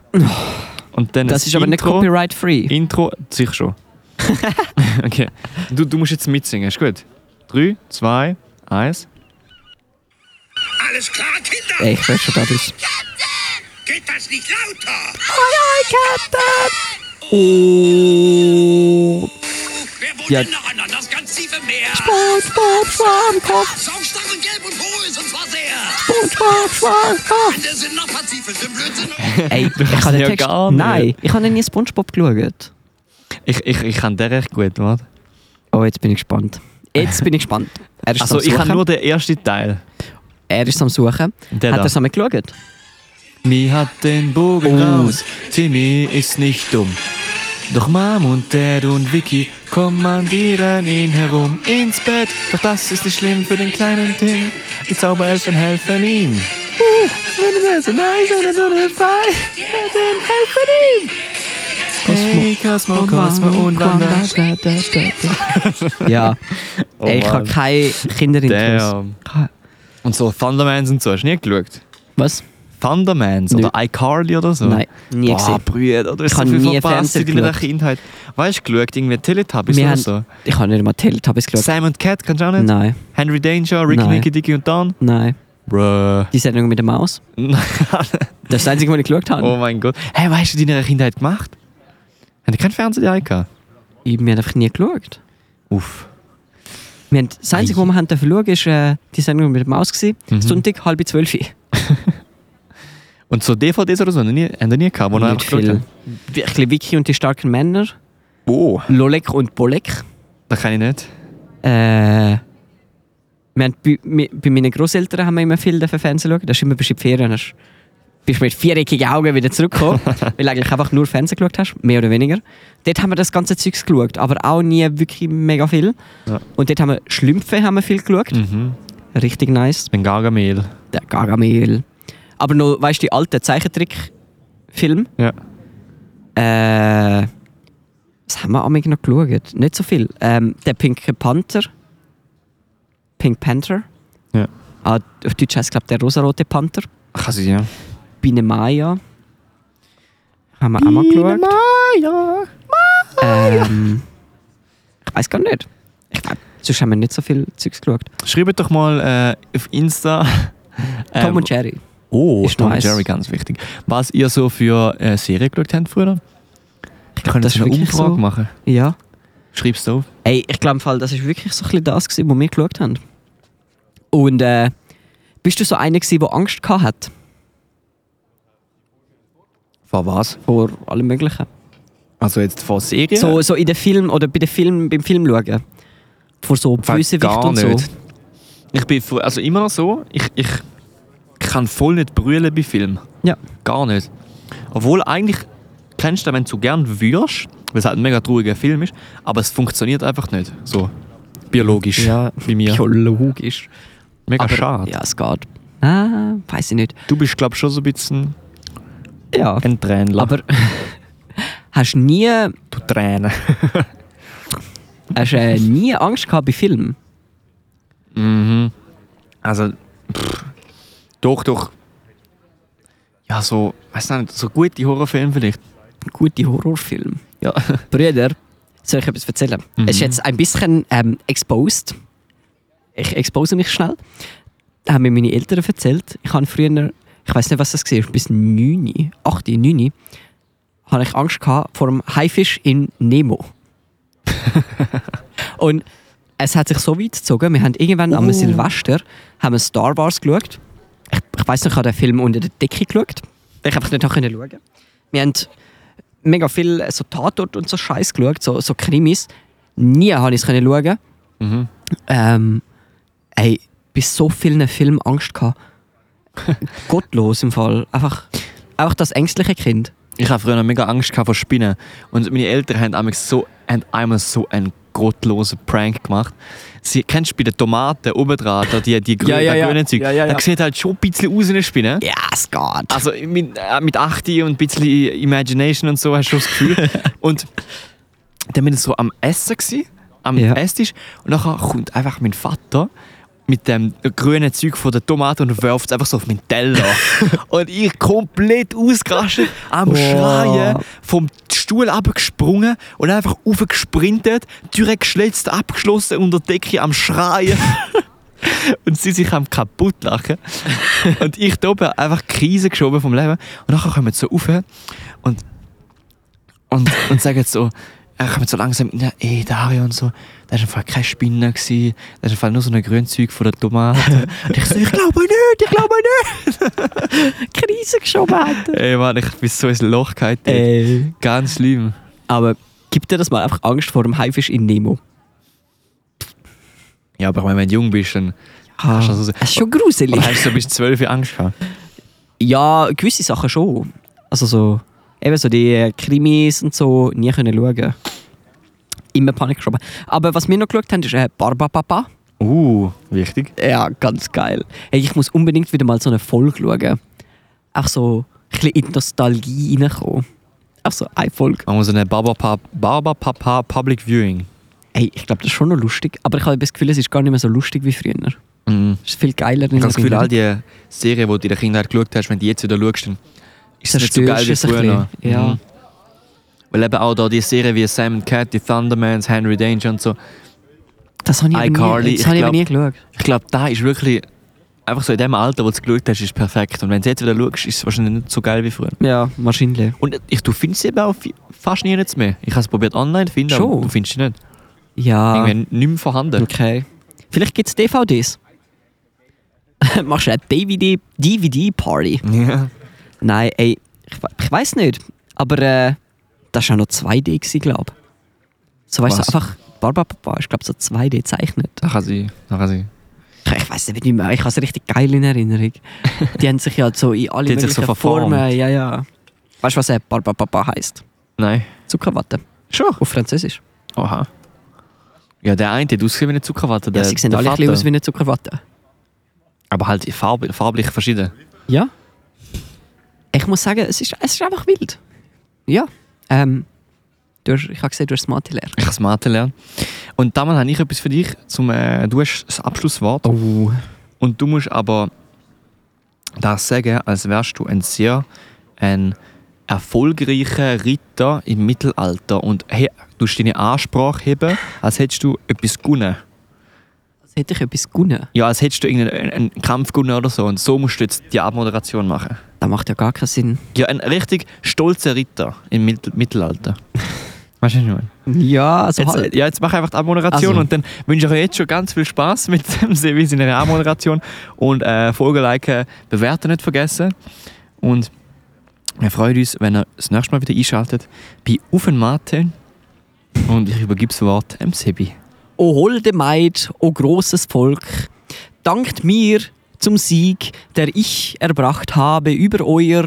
S2: Und dann
S1: Oh. Das
S2: ein
S1: ist aber nicht
S2: Intro.
S1: copyright-free.
S2: Intro,
S1: [LAUGHS]
S2: sicher schon. okay. Du, du musst jetzt mitsingen, ist gut? 3, 2, 1.
S3: Alles klar, Kinder?
S1: Ey, ich weiß schon, das ist...
S3: Geht das nicht lauter?
S1: Oh,
S3: Wer wohnt
S1: Ja.
S3: denn noch an an das ganz tiefe Meer?
S1: Spongebob, Schwammkopf,
S3: Saugstacheln gelb und hohes und zwar sehr.
S1: Spongebob, Schwammkopf.
S3: Andere sind noch pazifisch, im Blödsinn.
S1: Ey, ich
S2: kannst
S1: habe den
S2: ja
S1: Text...
S2: gar nicht.
S1: Nein, ich habe nie Spongebob geschaut.
S2: Ich, ich, ich kann den recht gut, warte.
S1: Oh, jetzt bin ich gespannt. Jetzt bin ich gespannt. [LAUGHS] Er ist
S2: Also
S1: am
S2: ich
S1: Suchen.
S2: kann nur den ersten Teil.
S1: Er ist am Suchen.
S2: Der
S1: Hat
S2: da.
S1: er es einmal geschaut?
S2: Mi hat den Bogen
S1: Oh.
S2: raus, Timmy ist nicht dumm. Doch Mom und Dad und Vicky kommandieren ihn herum ins Bett. Doch das ist nicht schlimm für den kleinen Tim. Die Zauberelfen helfen ihm. Hey Cosmo, Cosmo und Wanda.
S1: [LAUGHS] Ja.
S2: Oh
S1: Ey, ich habe
S2: Mann.
S1: keine Kinderinteressen.
S2: Damn. Und so Thundermans und so, hast du nie geschaut?
S1: Was?
S2: Thundermans
S1: Nö.
S2: oder iCarly oder so?
S1: Nein, nie
S2: Boah,
S1: gesehen.
S2: Brüder, du
S1: Ich
S2: hast so
S1: hab
S2: viel
S1: nie
S2: verpasst in
S1: Fernsehen
S2: deiner
S1: geschaut.
S2: Kindheit. Weißt du, geschaut, irgendwie Teletubbies
S1: Wir
S2: oder
S1: haben,
S2: so?
S1: Ich habe nicht mal Teletubbies geschaut.
S2: Sam und Cat, kannst du auch nicht?
S1: Nein,
S2: Henry Danger, Ricky,
S1: Nein.
S2: Nicky, Dicky und Don?
S1: nein.
S2: Bruh. [LAUGHS]
S1: Die Sendung mit der Maus. Das ist das Einzige, was ich geschaut habe.
S2: oh mein Gott. Hey, weißt du, in deiner Kindheit gemacht? Haben die kein Fernseher gehabt?
S1: Ich habe einfach nie geschaut.
S2: Uff.
S1: Wir haben, das Einzige,
S2: Ei.
S1: was wir haben dürfen schauen durften, war äh, die Sendung mit der Maus. gewesen.
S2: Mhm.
S1: Sonntag, halb zwölf.
S2: Und so DVDs oder so, haben die nie, haben die nie gehabt, wo noch
S1: Nicht viel. Wirklich Vicky und die starken Männer.
S2: Oh,
S1: Lolek und Bolek.
S2: das kann ich nicht.
S1: Äh, wir haben bei, mi- bei meinen Großeltern haben wir immer viel dürfen Fernsehen schauen. Das ist immer bis in die Ferien. Hast, bist mit viereckigen Augen wieder
S2: [LAUGHS]
S1: zurückgekommen, weil du eigentlich einfach nur Fernsehen geschaut hast, mehr oder weniger. Dort haben wir das ganze Zeugs geschaut, aber auch nie wirklich mega viel.
S2: Ja.
S1: Und dort haben wir Schlümpfe haben wir viel geschaut.
S2: Mhm.
S1: Richtig nice.
S2: Bin Gargamel.
S1: Der Gargamel. Aber noch, weißt du, die alten Zeichentrickfilme?
S2: Ja.
S1: Äh, was haben wir am noch geschaut? Nicht so viel. Ähm, der Pinke Panther. Pink Panther.
S2: Ja.
S1: Ah, auf Deutsch heißt es, glaube der rosarote Panther.
S2: Ach, also, ja.
S1: Biene Maya. Haben wir auch mal geschaut.
S2: Maya.
S1: Ähm, ich weiß gar nicht. Ich glaube, sonst haben wir nicht so viel Zeugs geschaut.
S2: Schreibt doch mal äh, auf Insta.
S1: Tom
S2: ähm,
S1: und Jerry.
S2: Oh,
S1: Ist
S2: Tom und
S1: nice.
S2: Jerry, ganz wichtig. Was ihr so für äh, Serien geschaut habt früher? Ich kann
S1: das ist
S2: jetzt eine
S1: wirklich
S2: Umfrage
S1: so.
S2: machen.
S1: Ja.
S2: Schreib's auf.
S1: Ey, ich glaube, im Fall, das ist wirklich so ein bisschen das, gewesen, was wir geschaut haben. Und äh, bist du so einer, gewesen, der Angst gehabt hat
S2: Vor was?
S1: vor allem Möglichen?
S2: Also jetzt vor Serien?
S1: So, so in den Film oder bei den Film, beim Film schauen. Vor so Bösewicht
S2: gar
S1: und so.
S2: nicht. Ich bin fu- also immer noch so, ich, ich kann voll nicht brüllen bei Filmen.
S1: Ja.
S2: Gar nicht. Obwohl eigentlich kennst du, wenn du gern würdest, weil es halt ein mega trauriger Film ist, aber es funktioniert einfach nicht. So. Biologisch.
S1: Ja,
S2: bei mir.
S1: Biologisch.
S2: mega
S1: Aber
S2: schade.
S1: Ja, es geht. Ah, weiß ich nicht.
S2: Du bist, glaube ich, schon so ein bisschen
S1: Ja.
S2: ein Tränler.
S1: Aber [LAUGHS] Hast du nie,
S2: Du Tränen.
S1: hast, äh, nie Angst gehabt bei Filmen?
S2: Also, pff, doch, doch. Ja, so, weiß nicht, so gute Horrorfilme vielleicht.
S1: Gute Horrorfilme.
S2: Ja.
S1: [LAUGHS] Brüder, soll ich etwas erzählen? Es ist jetzt ein bisschen ähm, exposed. Ich expose mich schnell. Da haben mir meine Eltern erzählt, ich habe früher, ich weiß nicht, was das war, bis 9, 8, 9, habe ich Angst gehabt vor dem Haifisch in Nemo. Und es hat sich so weit gezogen, wir haben irgendwann am Silvester haben wir Star Wars geschaut. Ich, ich weiß nicht, ich habe den Film unter der Decke geschaut. Ich konnte einfach nicht schauen. können. Wir haben mega viel äh, so Tatort und so Scheiß geschaut, so, so Krimis. Nie habe ich es können schauen. Ähm, ey, bei so vielen Filmen Angst [LAUGHS] gehabt. Gottlos im Fall. Einfach, einfach das ängstliche Kind.
S2: Ich habe früher noch mega Angst gehabt vor Spinnen. Und meine Eltern haben einmal so, haben einmal so einen gottlosen Prank gemacht. Sie, kennst du bei den Tomaten oben dran, da die, die
S1: [LAUGHS]
S2: grünen
S1: Ja, ja, ja.
S2: grüne Zeug?
S1: Ja, ja, ja.
S2: Da sieht halt schon ein bisschen aus wie eine Spinne.
S1: Ja, es geht.
S2: Also mit, äh, mit 8 und ein bisschen Imagination und so hast du schon das Gefühl.
S1: [LAUGHS]
S2: und dann bin ich so am Essen, gewesen, am
S1: Ja.
S2: Esstisch. Und nachher kommt einfach mein Vater mit dem grünen Zeug von der Tomate und wirft es einfach so auf meinen Teller. und ich komplett ausgerastet, am Schreien, vom Stuhl abgesprungen und einfach aufgesprintet, Türe geschlitzt, abgeschlossen, unter der Decke am Schreien. Und sie sich am kaputt lachen. Und ich da oben einfach die Krise geschoben vom Leben. Und nachher kommen sie so rauf und, und, und sagen so, äh, kommen so langsam, ja, ey, Dario und so, da war im Fall keine Spinne, gewesen. da war im Fall nur so ein Grünzeug von der Tomate. Und ich so, ich glaube nicht, ich glaube
S1: [LAUGHS]
S2: nicht.
S1: Krise geschoben. Alter.
S2: Ey, Mann, ich bin so ins Loch gehalten.
S1: Ey.
S2: Ganz schlimm.
S1: Aber gibt dir das mal einfach Angst vor dem Haifisch in Nemo?
S2: Ja, aber ich meine, wenn du jung bist, dann hast du das so.
S1: Das ist schon gruselig.
S2: Oder hast du so bis 12 Uhr Angst gehabt?
S1: Ja, gewisse Sachen schon. Also so, eben so die äh, Krimis und so, nie können schauen. Immer Panik geschoben. Aber was wir noch geschaut haben, ist äh, Barbapapa.
S2: Uh, wichtig.
S1: Ja, ganz geil. Hey, ich muss unbedingt wieder mal so eine Folge schauen. Auch so ein bisschen in die Nostalgie reinkommen. Auch so eine Folge.
S2: Machen wir so eine Baba-Papa Public Viewing.
S1: Hey, ich glaube, das ist schon noch lustig. Aber ich habe das Gefühl, es ist gar nicht mehr so lustig wie früher. Es
S2: Mhm.
S1: ist viel geiler.
S2: Ich habe das Gefühl, all die Serien, die du in der Kindheit geschaut hast, wenn du jetzt wieder schaust, dann ist es nicht so geil wie früher.
S1: Ja.
S2: Mhm. Weil eben auch da die Serien wie Sam and Cat, die Thundermans, Henry Danger und so.
S1: Das habe ich, aber
S2: iCarly,
S1: nie, das
S2: ich
S1: habe ich aber
S2: glaub-
S1: nie geschaut.
S2: Ich glaube, da ist wirklich einfach so in dem Alter, wo du es geschaut hast, ist perfekt. Und wenn du es jetzt wieder schaust, ist es wahrscheinlich nicht so geil wie früher.
S1: Ja, wahrscheinlich.
S2: Und ich, du findest sie eben auch fi- fast nie jetzt mehr. Ich habe es probiert online zu finden,
S1: Schon?
S2: aber du findest sie nicht.
S1: Ja.
S2: Irgendwie nicht mehr vorhanden.
S1: Okay. Vielleicht gibt es DVDs. [LAUGHS] Machst du eine DVD, DVD-Party?
S2: Ja.
S1: Nein, ey, ich, we- ich weiß nicht. Aber äh, das war auch noch 2D, glaube ich. So weißt du,
S2: Was?
S1: einfach Barbapapa ist, glaube ich, so 2D gezeichnet.
S2: Da kann sie. Da kann sie.
S1: Ich, ich weiß nicht mehr, ich habe es richtig geil in
S2: [LAUGHS]
S1: Erinnerung. Die haben sich ja so in alle
S2: Die haben sich
S1: möglichen
S2: so verformt.
S1: Formen, ja, ja. Weißt du, was äh, Barbapapa heisst?
S2: Nein.
S1: Zuckerwatte. Schon? Auf Französisch.
S2: Oha. Ja, der eine hat ausgesehen wie eine Zuckerwatte. Der,
S1: Ja, sie sehen
S2: der
S1: alle ein bisschen
S2: Vater.
S1: aus wie eine Zuckerwatte.
S2: Aber halt farb, farblich verschieden.
S1: Ja. Ich muss sagen, es ist, es ist einfach wild. Ja. Ähm, du hast, ich habe gesehen, du hast das Mathe leer.
S2: Ich kann es Mathe lernen. Und damals habe ich etwas für dich. Zum, äh, du hast das Abschlusswort.
S1: Oh.
S2: Und du musst aber das sagen, als wärst du ein sehr ein erfolgreicher Ritter im Mittelalter. Und he, du musst deine Ansprache heben, als hättest du etwas gewonnen.
S1: Jetzt hätte ich etwas gewonnen.
S2: Ja, als hättest du irgendeinen einen Kampf gewonnen oder so. Und so musst du jetzt die Abmoderation machen.
S1: Das macht ja gar keinen Sinn.
S2: Ja, ein richtig stolzer Ritter im Mittel Mittelalter. [LAUGHS] Weißt du, was ich meine?
S1: Ja, also
S2: Jetzt,
S1: halt.
S2: ja, jetzt mach einfach die Abmoderation
S1: Also.
S2: und dann wünsche ich euch jetzt schon ganz viel Spaß mit [LAUGHS] dem Sevi seiner Abmoderation. Und äh, Folge liken, bewerten nicht vergessen. Und wir freuen uns, wenn ihr das nächste Mal wieder einschaltet bei Auf und Martin. Und ich übergebe das Wort dem Sebi.
S1: O oh, holde Maid, o großes Volk, dankt mir zum Sieg, der ich erbracht habe über euer,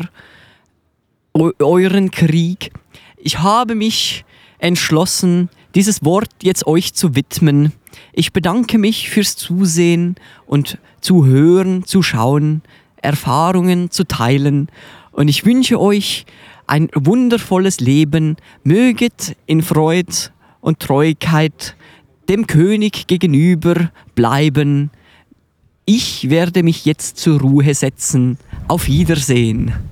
S1: eu, euren Krieg. Ich habe mich entschlossen, dieses Wort jetzt euch zu widmen. Ich bedanke mich fürs Zusehen und zu hören, zu schauen, Erfahrungen zu teilen. Und ich wünsche euch ein wundervolles Leben, möget in Freud und Treuigkeit dem König gegenüber bleiben. Ich werde mich jetzt zur Ruhe setzen. Auf Wiedersehen.